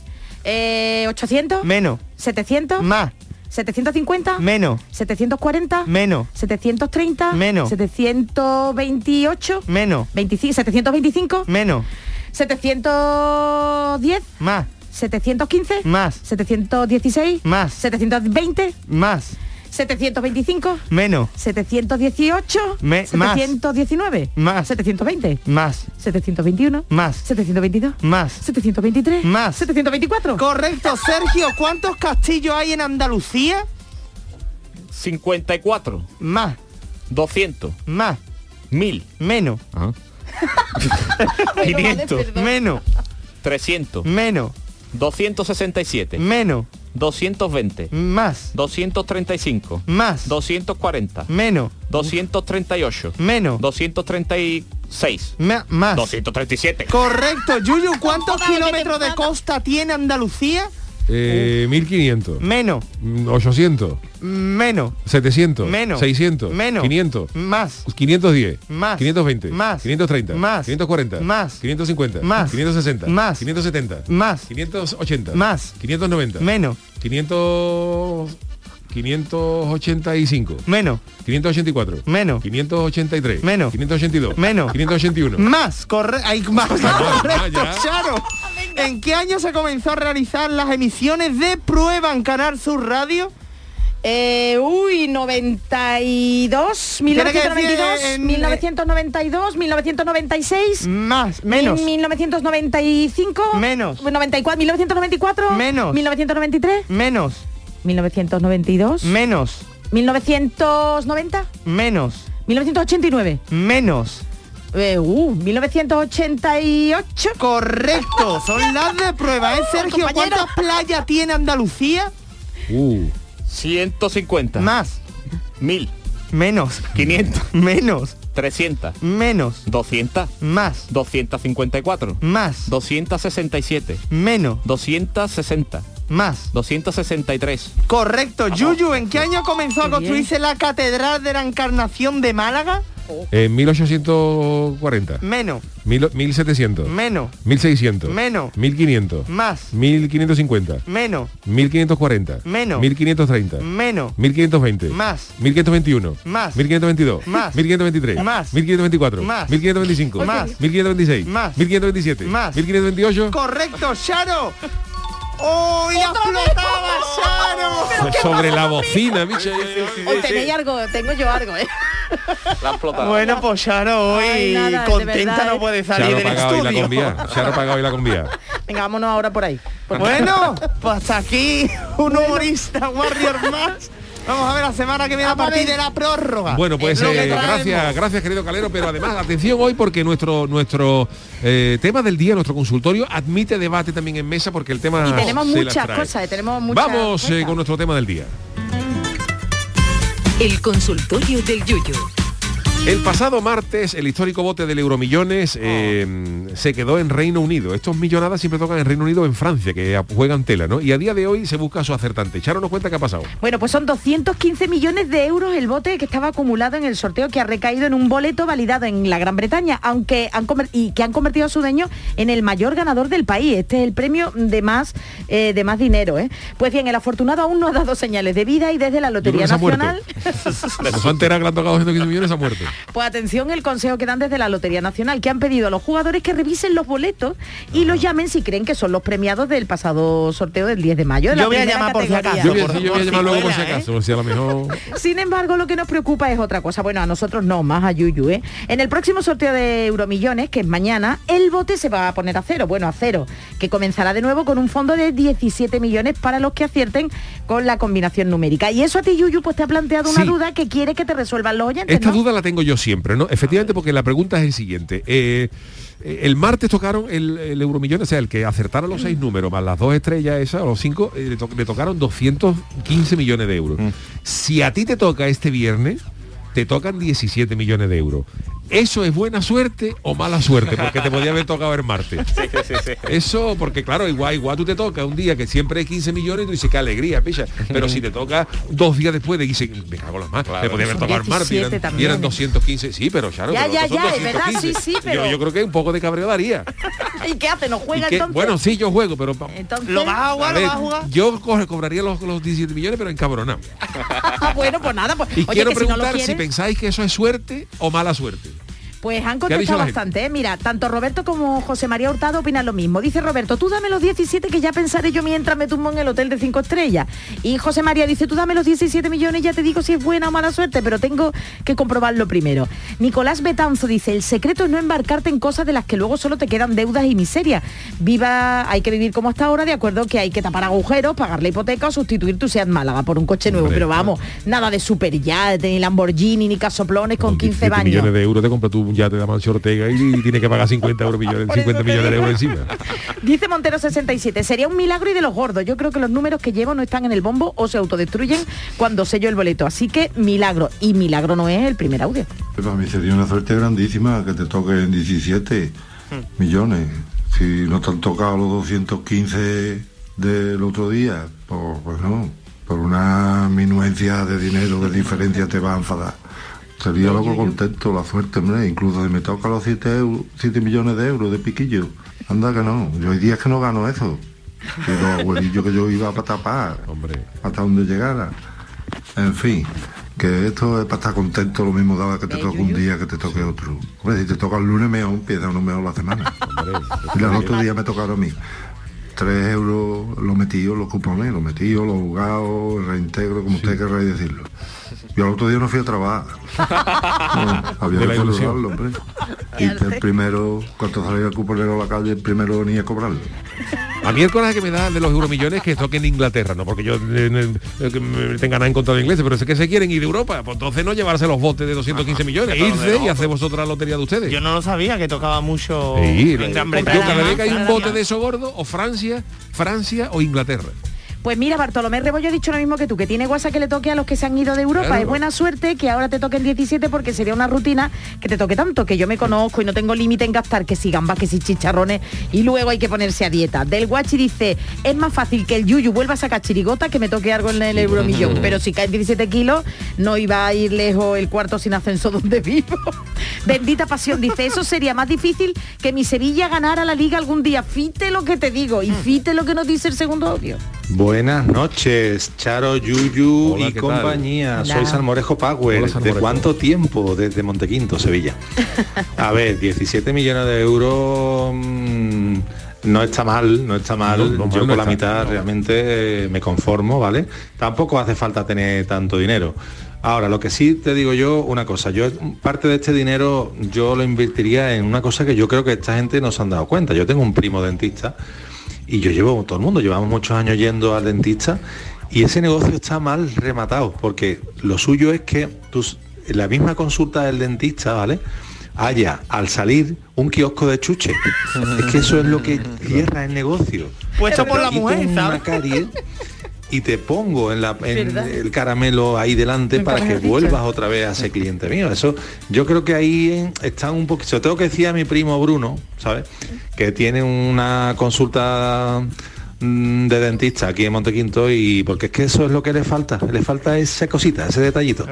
S8: Eh, ¿800?
S7: Menos.
S8: ¿700?
S7: Más.
S8: ¿750?
S7: Menos.
S8: ¿740?
S7: Menos.
S8: ¿730?
S7: Menos.
S8: ¿728?
S7: Menos.
S8: 25, ¿725?
S7: Menos.
S8: ¿710?
S7: Más.
S8: ¿715?
S7: Más.
S8: ¿716?
S7: Más.
S8: ¿720?
S7: Más.
S8: ¿725?
S7: Menos.
S8: 718,
S7: Me- más.
S8: 719,
S7: Más.
S8: 720,
S7: Más.
S8: 721,
S7: Más.
S8: 722,
S7: Más.
S8: 723,
S7: Más.
S8: 724.
S7: Correcto, Sergio, ¿cuántos castillos hay en Andalucía?
S10: 54,
S7: Más.
S10: 200,
S7: Más.
S10: 1000,
S7: Menos.
S10: 500,
S7: Menos.
S10: 300,
S7: Menos.
S10: 267,
S7: Menos.
S10: 220,
S7: Más.
S10: 235,
S7: Más.
S10: 240,
S7: Menos.
S10: 238,
S7: Menos.
S10: 236,
S7: Ma- más.
S10: 237.
S7: Correcto, Yuyu, ¿cuántos kilómetros de costa tiene Andalucía?
S2: Eh, 1500.
S7: Menos.
S2: 800.
S7: Menos.
S2: 700.
S7: Menos.
S2: 600.
S7: Menos.
S2: 500.
S7: Más.
S2: 510.
S7: Más.
S2: 520.
S7: Más.
S2: 530.
S7: Más.
S2: 540.
S7: Más.
S2: 550.
S7: Más.
S2: 560.
S7: Más.
S2: 570.
S7: Más.
S2: 580.
S7: Más.
S2: 590.
S7: Menos.
S2: 500 585.
S7: Menos.
S2: 584.
S7: Menos.
S2: 583. Menos. 582.
S7: Menos.
S2: 581.
S7: Más, correcto. Hay más. Correcto,
S2: ya.
S7: Charo. ¿En qué año se comenzó a realizar las emisiones de prueba en Canal Sur Radio?
S8: Eh, uy, 92,
S7: Tiene que decir,
S8: 1992,
S7: eh, en-
S8: 1992, 1996,
S7: Más, menos.
S8: 1995,
S7: Menos.
S8: 94, 1994,
S7: Menos.
S8: 1993,
S7: Menos.
S8: 1992,
S7: Menos.
S8: 1990,
S7: Menos.
S8: 1989.
S7: Menos.
S8: Eh, uh, 1988.
S7: Correcto. Son las de prueba, ¿eh, Sergio?
S8: Compañero.
S7: ¿Cuántas playas tiene Andalucía?
S2: Uh.
S10: 150,
S7: Más.
S10: 1000,
S7: Menos.
S10: 500,
S7: Menos.
S10: 300,
S7: Menos.
S10: 200,
S7: Más.
S10: 254,
S7: Más.
S10: 267,
S7: Menos.
S10: 260,
S7: Más.
S10: 263.
S7: Correcto. Yuyu, ¿en qué año comenzó a construirse la Catedral de la Encarnación de Málaga?
S2: En 1840.
S7: Menos.
S2: Mil- 1700.
S7: Menos.
S2: 1600.
S7: Menos. Mm.
S2: 1500.
S7: Más.
S2: 1550.
S7: Menos.
S2: 1540.
S7: Menos.
S2: 1530.
S7: Menos.
S2: 1520.
S7: Más.
S2: 1521.
S7: Más.
S2: 1522.
S7: Más.
S2: 1523.
S7: Más.
S2: 1524.
S7: Más.
S2: 1525.
S7: Más.
S2: 1526.
S7: Más.
S2: 1527.
S7: Más.
S2: 1528.
S7: Correcto, Charo. ¡Oh, ya flotaba, Charo!
S2: Sobre la bocina, bicho.
S8: Hoy Oh, tenéis algo, tengo yo algo, ¿eh?
S10: La explotado.
S7: Bueno, pues Charo, hoy
S8: Ay, nada, de
S7: contenta
S8: verdad,
S7: no
S8: ¿eh?
S7: puede
S2: Se
S7: salir
S2: ha
S7: del
S2: pagado y la
S7: estudio.
S2: convía. Se ha pagado y la convía.
S8: Venga, vámonos ahora por ahí.
S7: Bueno, pues hasta aquí un humorista Warrior más. Vamos a ver la semana que viene a partir de la prórroga.
S2: Bueno, pues
S7: Es lo
S2: eh,
S7: que traemos.
S2: gracias, gracias querido Calero, pero además atención hoy porque nuestro nuestro eh, tema del día, nuestro consultorio, admite debate también en mesa porque el tema...
S8: Y tenemos
S2: se las
S8: muchas
S2: trae.
S8: cosas, eh, tenemos muchas
S2: Vamos eh,
S8: cosas.
S2: con nuestro tema del día.
S1: El consultorio del Yuyu.
S2: El pasado martes, el histórico bote del Euromillones
S8: Ah.
S2: eh, se quedó en Reino Unido. Estos millonadas siempre tocan en Reino Unido o en Francia, que a- juegan tela, ¿no? Y a día de hoy se busca a su acertante. Charo nos cuenta qué ha pasado.
S8: Bueno, pues son 215 millones de euros el bote que estaba acumulado en el sorteo que ha recaído en un boleto validado en la Gran Bretaña, aunque han conver- y que han convertido a su dueño en el mayor ganador del país. Este es el premio de más eh, de más dinero, ¿eh? Pues bien, el afortunado aún no ha dado señales de vida y desde la
S2: Yo creo
S8: Lotería
S2: que se ha muerto.
S8: Nacional.
S2: La cosa entera que le han tocado 215 millones ha muerto.
S8: Pues atención el consejo que dan desde la Lotería Nacional, que han pedido a los jugadores que revisen los boletos y
S2: Ah.
S8: los llamen si creen que son los premiados del pasado sorteo del 10 de mayo. de la
S7: Yo voy a
S8: primera
S7: llamar por si
S8: categoría.
S7: acaso.
S2: Yo voy, a- yo voy a llamar luego por si
S7: fuera, ¿eh?
S2: acaso, por si a lo mejor...
S8: Sin embargo, lo que nos preocupa es otra cosa. Bueno, a nosotros no, más a Yuyu, ¿eh? En el próximo sorteo de Euromillones, que es mañana, el bote se va a poner a cero. Bueno, a cero. que comenzará de nuevo con un fondo de 17 millones para los que acierten con la combinación numérica. Y eso a ti, Yuyu, pues te ha planteado una
S2: Sí.
S8: duda que quiere que te resuelvan los oyentes,
S2: Esta
S8: ¿no?
S2: duda la tengo yo siempre, ¿no? Efectivamente, porque la pregunta es el siguiente. Eh, eh, el martes tocaron el, el euromillón, o sea, el que acertara los seis números, más las dos estrellas esas, o los cinco, eh, le, to- le tocaron 215 millones de euros. Si a ti te toca este viernes, te tocan 17 millones de euros. ¿Eso es buena suerte o mala suerte? Porque te podía haber tocado el martes. Eso, porque claro, igual, igual tú te toca un día que siempre es 15 millones y tú dices, qué alegría, picha. Pero si te toca dos días después, de dices, me cago en las más, te podía haber
S8: Son
S2: tocado el martes. y
S8: 17
S2: eran- Y
S8: también.
S2: eran 215, sí, pero claro.
S8: Ya,
S2: pero
S8: ya,
S2: otros son
S8: ya, es verdad,
S2: 215.
S8: sí, sí, pero-
S2: Yo, yo creo que un poco de cabreo daría.
S8: ¿Y qué hace? ¿No
S2: Y
S8: juega
S2: que-
S8: entonces? Eh,
S2: bueno, sí, yo juego, pero... pa-
S8: Entonces-
S2: A ver, Yo co- cobraría los, los 17 millones, pero encabronado.
S8: Ah, bueno, pues nada, pues.
S2: Y
S8: oye,
S2: quiero
S8: que si no lo
S2: preguntar si
S8: quieres-
S2: pensáis que eso es suerte o mala suerte.
S8: Pues han
S2: ¿Qué ha dicho
S8: contestado
S2: la gente?
S8: bastante, ¿eh? Mira, tanto Roberto como José María Hurtado opinan lo mismo. Dice Roberto, tú dame los 17 que ya pensaré yo mientras me tumbo en el hotel de 5 estrellas. Y José María dice, tú dame los 17 millones, ya te digo si es buena o mala suerte, pero tengo que comprobarlo primero. Nicolás Betanzo dice, el secreto es no embarcarte en cosas de las que luego solo te quedan deudas y miseria. Viva, hay que vivir como hasta ahora, de acuerdo que hay que tapar agujeros, pagar la hipoteca o sustituir tu Seat Málaga por un coche nuevo. pero vamos, nada de superyate, ni Lamborghini, ni casoplones con 15
S2: 7
S8: baños.
S2: millones de euros te compra tú un yate de Amancio Ortega y, y tiene que pagar 50 euros millones, 50 millones de euros encima.
S8: Dice Montero 67, sería un milagro y de los gordos. Yo creo que los números que llevo no están en el bombo o se autodestruyen cuando sello el boleto. Así que milagro. Y milagro no es el primer audio.
S14: Para mí sería una suerte grandísima que te toquen 17 millones. Si no te han tocado los 215 del otro día, pues, pues no. Por una minuencia de dinero de diferencia te va a enfadar. Sería loco contento, la suerte, hombre. Incluso si me toca los 7, eu- 7 millones de euros de piquillo. Anda que no. Yo hay días que no gano eso. Y los abuelillos que yo iba para tapar.
S2: Hombre.
S14: Hasta donde llegara. En fin, que esto es para estar contento, lo mismo daba que te toque un día que te toque otro. Hombre, si te toca el lunes, mejor empieza uno mejor la semana. Y los otros días me tocaron a mí. Tres euros lo metí yo, los cupones, los metí yo, los jugados, el reintegro, como usted querrá decirlo. Yo al otro día no fui a trabajar. Bueno, había
S2: De
S14: que
S2: la ilusión.
S14: celebrarlo, hombre. Y el primero, cuando salía el cuponero a la calle, el primero venía a cobrarlo.
S2: A mí el coraje que me da de los euromillones que toquen Inglaterra, no porque yo eh, eh, que me tenga nada en contra de ingleses, pero es que se quieren ir de Europa, pues entonces no llevarse los botes de 215 millones,
S7: Claro, de
S2: irse y
S7: loco.
S2: hacer vosotros la lotería de ustedes.
S7: Yo no lo sabía que tocaba mucho
S2: Sí,
S7: en Gran
S2: porque
S7: Bretaña.
S2: cada vez que hay un
S7: Francia.
S2: bote de eso gordo, o Francia, Francia o Inglaterra.
S8: Pues mira, Bartolomé Rebollo ha dicho lo mismo que tú, que tiene guasa que le toque a los que se han ido de Europa.
S2: Claro.
S8: Es buena suerte que ahora te toquen 17 porque sería una rutina que te toque tanto, que yo me conozco y no tengo límite en gastar que si gambas, que si chicharrones y luego hay que ponerse a dieta. Del Guachi dice, es más fácil que el Yuyu vuelva a sacar chirigota que me toque algo en el Euromillón, pero si caes 17 kilos no iba a ir lejos el cuarto sin ascenso donde vivo. Bendita pasión, dice, eso sería más difícil que mi Sevilla ganara la liga algún día. Fite lo que te digo y fite lo que nos dice el segundo audio.
S15: Buenas noches, Charo, Yuyu
S2: Hola,
S15: y
S2: ¿qué tal?
S15: compañía.
S8: Hola.
S15: Soy Salmorejo Power.
S2: Hola, Salmorejo.
S15: ¿De cuánto tiempo? Desde Montequinto, Sevilla. A ver, 17 millones de euros mm, no está mal, no está mal.
S2: No, no mal
S15: Yo
S2: no
S15: con la
S2: está,
S15: mitad realmente eh, me conformo, ¿vale? Tampoco hace falta tener tanto dinero. Ahora, lo que sí te digo yo, una cosa, yo parte de este dinero yo lo invertiría en una cosa que yo creo que esta gente no se han dado cuenta. Yo tengo un primo dentista y yo llevo, todo el mundo, llevamos muchos años yendo al dentista y ese negocio está mal rematado, porque lo suyo es que tus- en la misma consulta del dentista, ¿vale? Haya al salir un kiosco de chuche. es que eso es lo que cierra el negocio.
S7: Puesto
S15: Te
S7: por la
S15: quito
S7: mujer,
S15: una
S7: ¿sabes?
S15: carie y te pongo en, la- en
S7: ¿Verdad?
S15: el caramelo ahí delante
S7: Nunca
S15: para
S7: me
S15: que
S7: has dicho.
S15: vuelvas otra vez a ser cliente mío. Eso, yo creo que ahí están un poquito. se lo Tengo que decir a mi primo Bruno, ¿sabes? Que tiene una consulta mm, de dentista aquí en Montequinto y porque es que eso es lo que le falta, le falta esa cosita, ese detallito.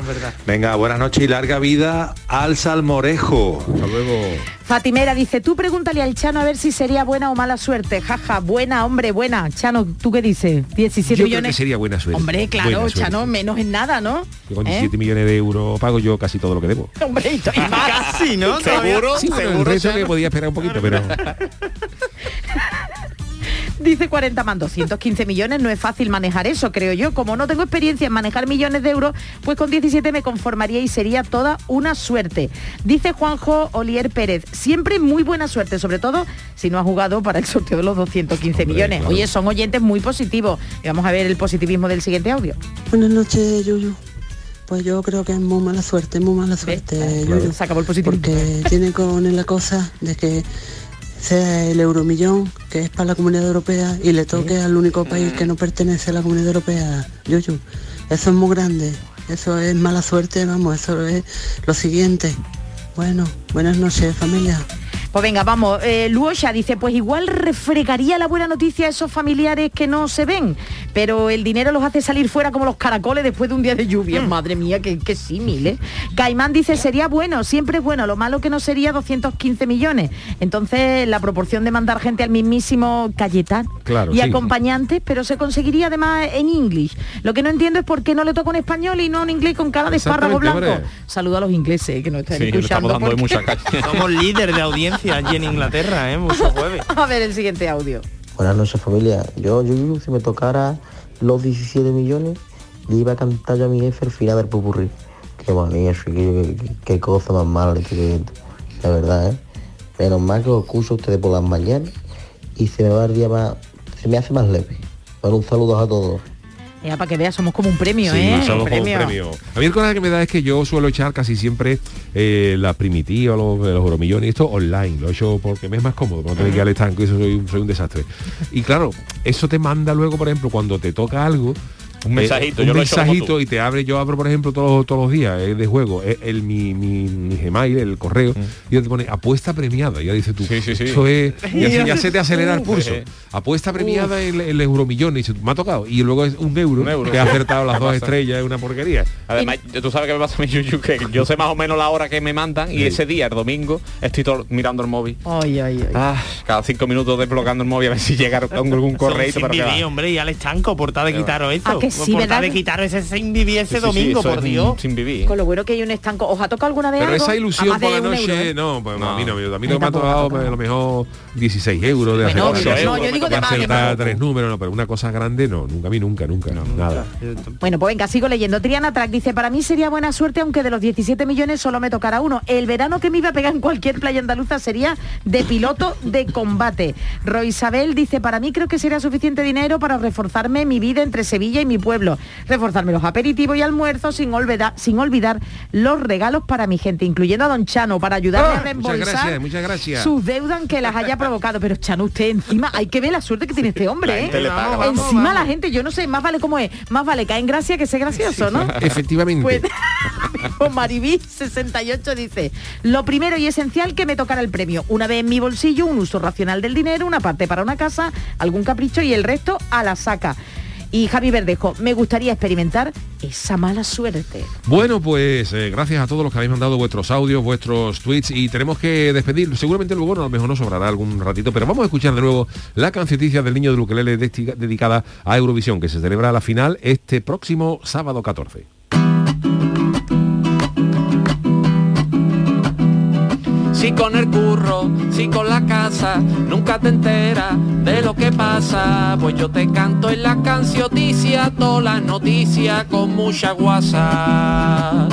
S15: Venga, buenas noches y larga vida al salmorejo. Hasta luego.
S8: Fatimera dice, tú pregúntale al Chano a ver si sería buena o mala suerte. Jaja, buena, hombre, buena. Chano, ¿tú qué dices? 17
S2: Yo creo que
S8: millones.
S2: sería buena suerte.
S8: Hombre, claro,
S2: Buena suerte.
S8: Chano, menos en nada, ¿no?
S2: Yo con
S8: ¿Eh?
S2: 17 millones de euros pago yo casi todo lo que debo.
S8: Hombre, y to- y más.
S7: Casi, ¿no? Todavía-
S2: Sí, bueno, el resto que podía esperar un poquito, pero...
S8: Dice 40 más 215 millones, no es fácil manejar eso, creo yo. Como no tengo experiencia en manejar millones de euros, pues con 17 me conformaría y sería toda una suerte. Dice Juanjo Olier Pérez, siempre muy buena suerte, sobre todo si no ha jugado para el sorteo de los 215 millones.
S16: claro.
S8: Oye, son oyentes muy positivos. Y vamos a ver el positivismo del siguiente audio.
S16: Buenas noches, Yuyu. Pues yo creo que es muy mala suerte, muy mala suerte,
S8: Claro.
S16: Yuyu.
S8: Se acabó el positivismo.
S16: Porque tiene con él la cosa de que sea el euromillón, que es para la Comunidad Europea, y le toque al único país que no pertenece a la Comunidad Europea, Yuyu. Eso es muy grande. Eso es mala suerte, vamos, eso es lo siguiente. Bueno, buenas noches, familia.
S8: Pues venga, vamos. Eh, Luosha dice, pues igual refregaría la buena noticia a esos familiares que no se ven, pero el dinero los hace salir fuera como los caracoles después de un día de lluvia.
S6: Mm.
S8: Madre mía, qué, qué símil, ¿eh? Caimán dice, sería bueno, siempre es bueno, lo malo que no sería 215 millones. Entonces, la proporción de mandar gente al mismísimo Cayetán
S17: Claro,
S8: y
S17: sí.
S8: acompañantes, pero se conseguiría además en inglés. Lo que no entiendo es por qué no le toca un español y no un inglés con cara de espárrago
S6: Exactamente,
S8: blanco.
S6: hombre.
S8: Saluda a los ingleses que no están
S6: Sí, le
S8: escuchando.
S6: estamos dando hoy
S8: porque-
S6: mucha caña.
S7: Somos líder de audiencia allí en Inglaterra, ¿eh? Muchos jueves.
S8: A ver el siguiente audio.
S18: Buenas noches familia. Yo, yo, yo, si me tocara los 17 millones, le iba a cantar yo a mi jefe el final del pupurrí. Qué magnífico, qué, qué- qué cosa más mala le estoy viendo. La verdad, ¿eh? Menos mal que lo escucho a ustedes por las mañanas y se me va el día más, se me hace más leve. Bueno, un saludo a todos.
S8: Ya para que veas, somos como un premio,
S2: Sí,
S8: ¿eh?
S2: somos
S8: Un
S2: como un premio. A mí el coraje que me da es que yo suelo echar casi siempre eh, la primitiva, los, eh, los euromillones y esto online. Lo he hecho porque me es más cómodo, no tener que ir al estanco y eso soy, un- soy un desastre. Y claro, eso te manda luego, por ejemplo, cuando te toca algo. eh,
S10: Un mensajito,
S2: un
S10: yo lo he hecho como
S2: mensajito y te abre, yo abro por ejemplo todos, todos los días eh, de juego, eh, el, mi, mi, mi Gmail, el correo, y ya te pone apuesta premiada, y ya dices tú, eso es,
S10: Y
S2: ya, se- ya
S10: haces,
S2: se te acelera el pulso.
S10: eh.
S2: Apuesta premiada el, el euromillón, y dices, me ha tocado, y luego es un euro, que ha acertado las dos
S6: Pasa.
S2: estrellas, es una porquería.
S6: Además, tú sabes que me pasa a mí, Yuyu, que yo sé más o menos la hora que me mandan y ese día, el domingo, estoy todo- mirando el móvil.
S8: Ay, ay, ay.
S6: Ah, cada cinco minutos desbloqueando el móvil a ver si llega algún correo
S7: Sin
S6: para que va.
S7: vivir, hombre, ya al estanco, portada de
S6: Qué va.
S7: quitaros esto.
S8: Ah, que sí,
S7: Portad
S8: ¿verdad?
S7: de quitaros ese sin vivir ese
S6: Sí, sí, sí,
S7: domingo,
S6: eso
S7: por
S6: es un
S7: Dios.
S6: Sin vivir.
S8: Con lo bueno que hay un estanco. ¿Os ha tocado alguna vez
S2: Pero
S8: algo?
S2: esa
S8: A
S2: ilusión
S8: más
S2: por
S8: de
S2: la
S8: un euro,
S2: noche,
S8: ¿eh?
S2: no, pues a mí no, a mí no
S8: Yo
S2: me ha
S8: tampoco,
S2: tocado a lo mejor 16 euros de
S8: Bueno,
S2: hacer-
S8: yo- no, yo digo de
S2: de
S8: más, de
S2: acertar
S8: más.
S2: tres números, no, pero una cosa grande no, nunca a mí nunca, nunca, nada.
S8: Bueno, pues venga, sigo leyendo. Triana Track dice, para mí sería buena suerte, aunque de los 17 millones solo me tocará uno. El verano que me iba a pegar en cualquier playa andaluza sería de piloto de combate. Roy Isabel dice, para mí creo que sería suficiente dinero para reforzarme mi vida entre Sevilla y mi pueblo. Reforzarme los aperitivos y almuerzos sin olvidar, sin olvidar los regalos para mi gente, incluyendo a Don Chano, para ayudarme
S2: Ah,
S8: a
S2: muchas
S8: reembolsar
S2: gracias, muchas gracias.
S8: sus deudas que las haya provocado. Pero Chano, usted encima, hay que ver la suerte que tiene este hombre,
S2: La
S8: ¿eh?
S2: gente le paga, vamos,
S8: encima la gente, yo no sé, más vale cómo es, más vale caer en gracia que ser gracioso, ¿no?
S2: Efectivamente.
S8: Pues, pues Maribí 68 dice, lo primero y esencial que me tocara el premio, una vez en mi bolsillo, un uso racional del dinero, una parte para una casa, algún capricho y el resto a la saca. Y Javi Verdejo, me gustaría experimentar esa mala suerte.
S2: Bueno, pues eh, gracias a todos los que habéis mandado vuestros audios, vuestros tweets y tenemos que despedir. Seguramente luego no, a lo mejor nos sobrará algún ratito, pero vamos a escuchar de nuevo la canceticia del niño de Luquelele dedicada a Eurovisión, que se celebra la final este próximo sábado 14.
S10: Si con el curro, si con la casa, nunca te enteras de lo que pasa. Pues yo te canto en la cancioticia, todas las noticias con mucha guasa.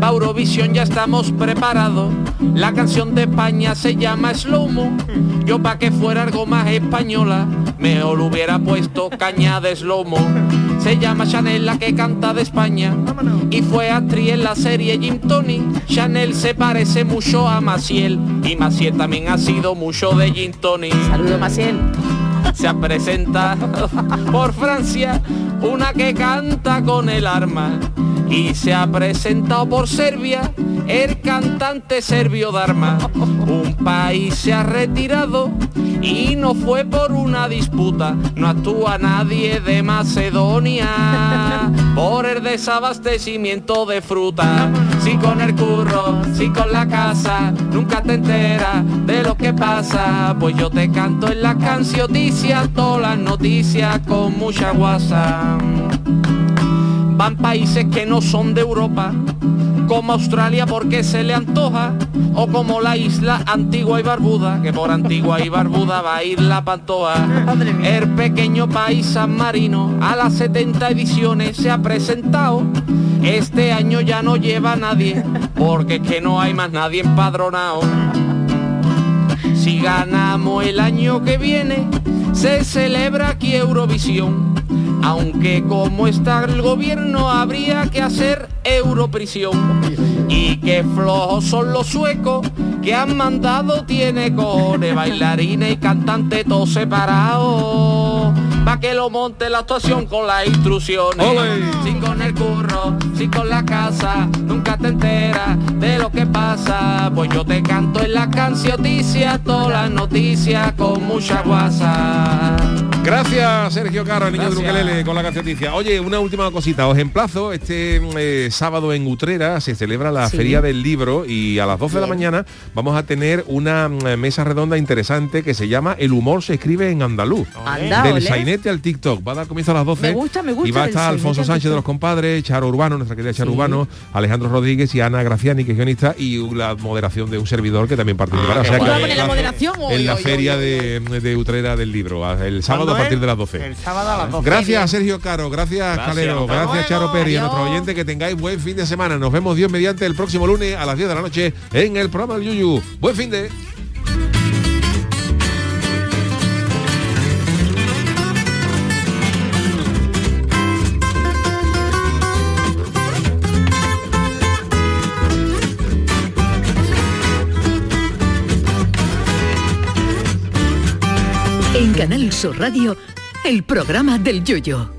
S10: Pa' Eurovisión ya estamos preparados. La canción de España se llama Slomo. Yo pa' que fuera algo más española, mejor hubiera puesto caña de slomo. Se llama Chanel la que canta de España y fue actriz en la serie Jim Tony. Chanel se parece mucho a Maciel y Maciel también ha sido mucho de Jim Tony.
S8: Saludo Maciel.
S10: Se presenta por Francia una que canta con el arma y se ha presentado por Serbia el cantante serbio Dharma. Un país se ha retirado y no fue por una disputa, no actúa nadie de Macedonia por el desabastecimiento de fruta. Si con el curro, si con la casa, nunca te enteras de lo que pasa, pues yo te canto en la cancioticia todas las noticias con mucha guasa van países que no son de Europa, como Australia porque se le antoja, o como la isla antigua y barbuda, que por antigua y barbuda va a ir la pantoja. El pequeño país san marino a las 70 ediciones se ha presentado. Este año ya no lleva a nadie, porque es que no hay más nadie empadronado. Si ganamos el año que viene, se celebra aquí Eurovisión. Aunque como está el gobierno habría que hacer Europrisón. Y que flojos son los suecos que han mandado tiene cojones, bailarines y cantante todos separados. Pa' que lo monte la actuación con las instrucciones. Si con el curro, si con la casa, nunca te enteras de lo que pasa. Pues yo te canto en la cancioticia, todas las noticias con mucha guasa.
S2: Gracias, Sergio Caro, el niño de
S10: Gracias.
S2: Ukelele, con la cancioticia. Oye, una última cosita, os emplazo. Este eh, sábado en Utrera se celebra la
S17: Sí.
S2: Feria del Libro y a las 12 de la mañana vamos a tener una mm, mesa redonda interesante que se llama El humor se escribe en andaluz.
S8: Anda,
S2: del
S8: ole.
S2: sainete al TikTok. Va a dar comienzo a las 12.
S8: Me gusta, me gusta
S2: Y va a
S8: del
S2: estar
S8: sainete
S2: Alfonso
S8: al
S2: Sánchez de
S8: TikTok.
S2: los compadres, Charo Urbano, nuestra querida Charo Urbano, Alejandro Rodríguez y Ana Graciani, que es guionista, y la moderación de un servidor que también
S10: Ah,
S2: participará. O sea
S10: qué
S2: que
S10: guay. ¿Vamos a
S2: os
S10: poner la
S2: emplazo
S10: moderación hoy,
S2: en la
S10: hoy, hoy,
S2: feria de, eh, de Utrera del libro, a- el sábado
S7: ¿Cuándo
S2: a partir
S7: es?
S2: de las 12.
S7: El sábado a las 12.
S2: Gracias Sergio Caro, gracias,
S7: Gracias,
S2: Calero,
S7: hasta
S2: gracias
S7: luego.
S2: Charo Pérez y a
S7: Adiós.
S2: nuestro oyente que tengáis buen fin de semana. Nos vemos Dios mediante el próximo lunes a las 10 de la noche en el programa del Yuyu. Buen fin de...
S1: En Canal Sur Radio, el programa del Yoyo.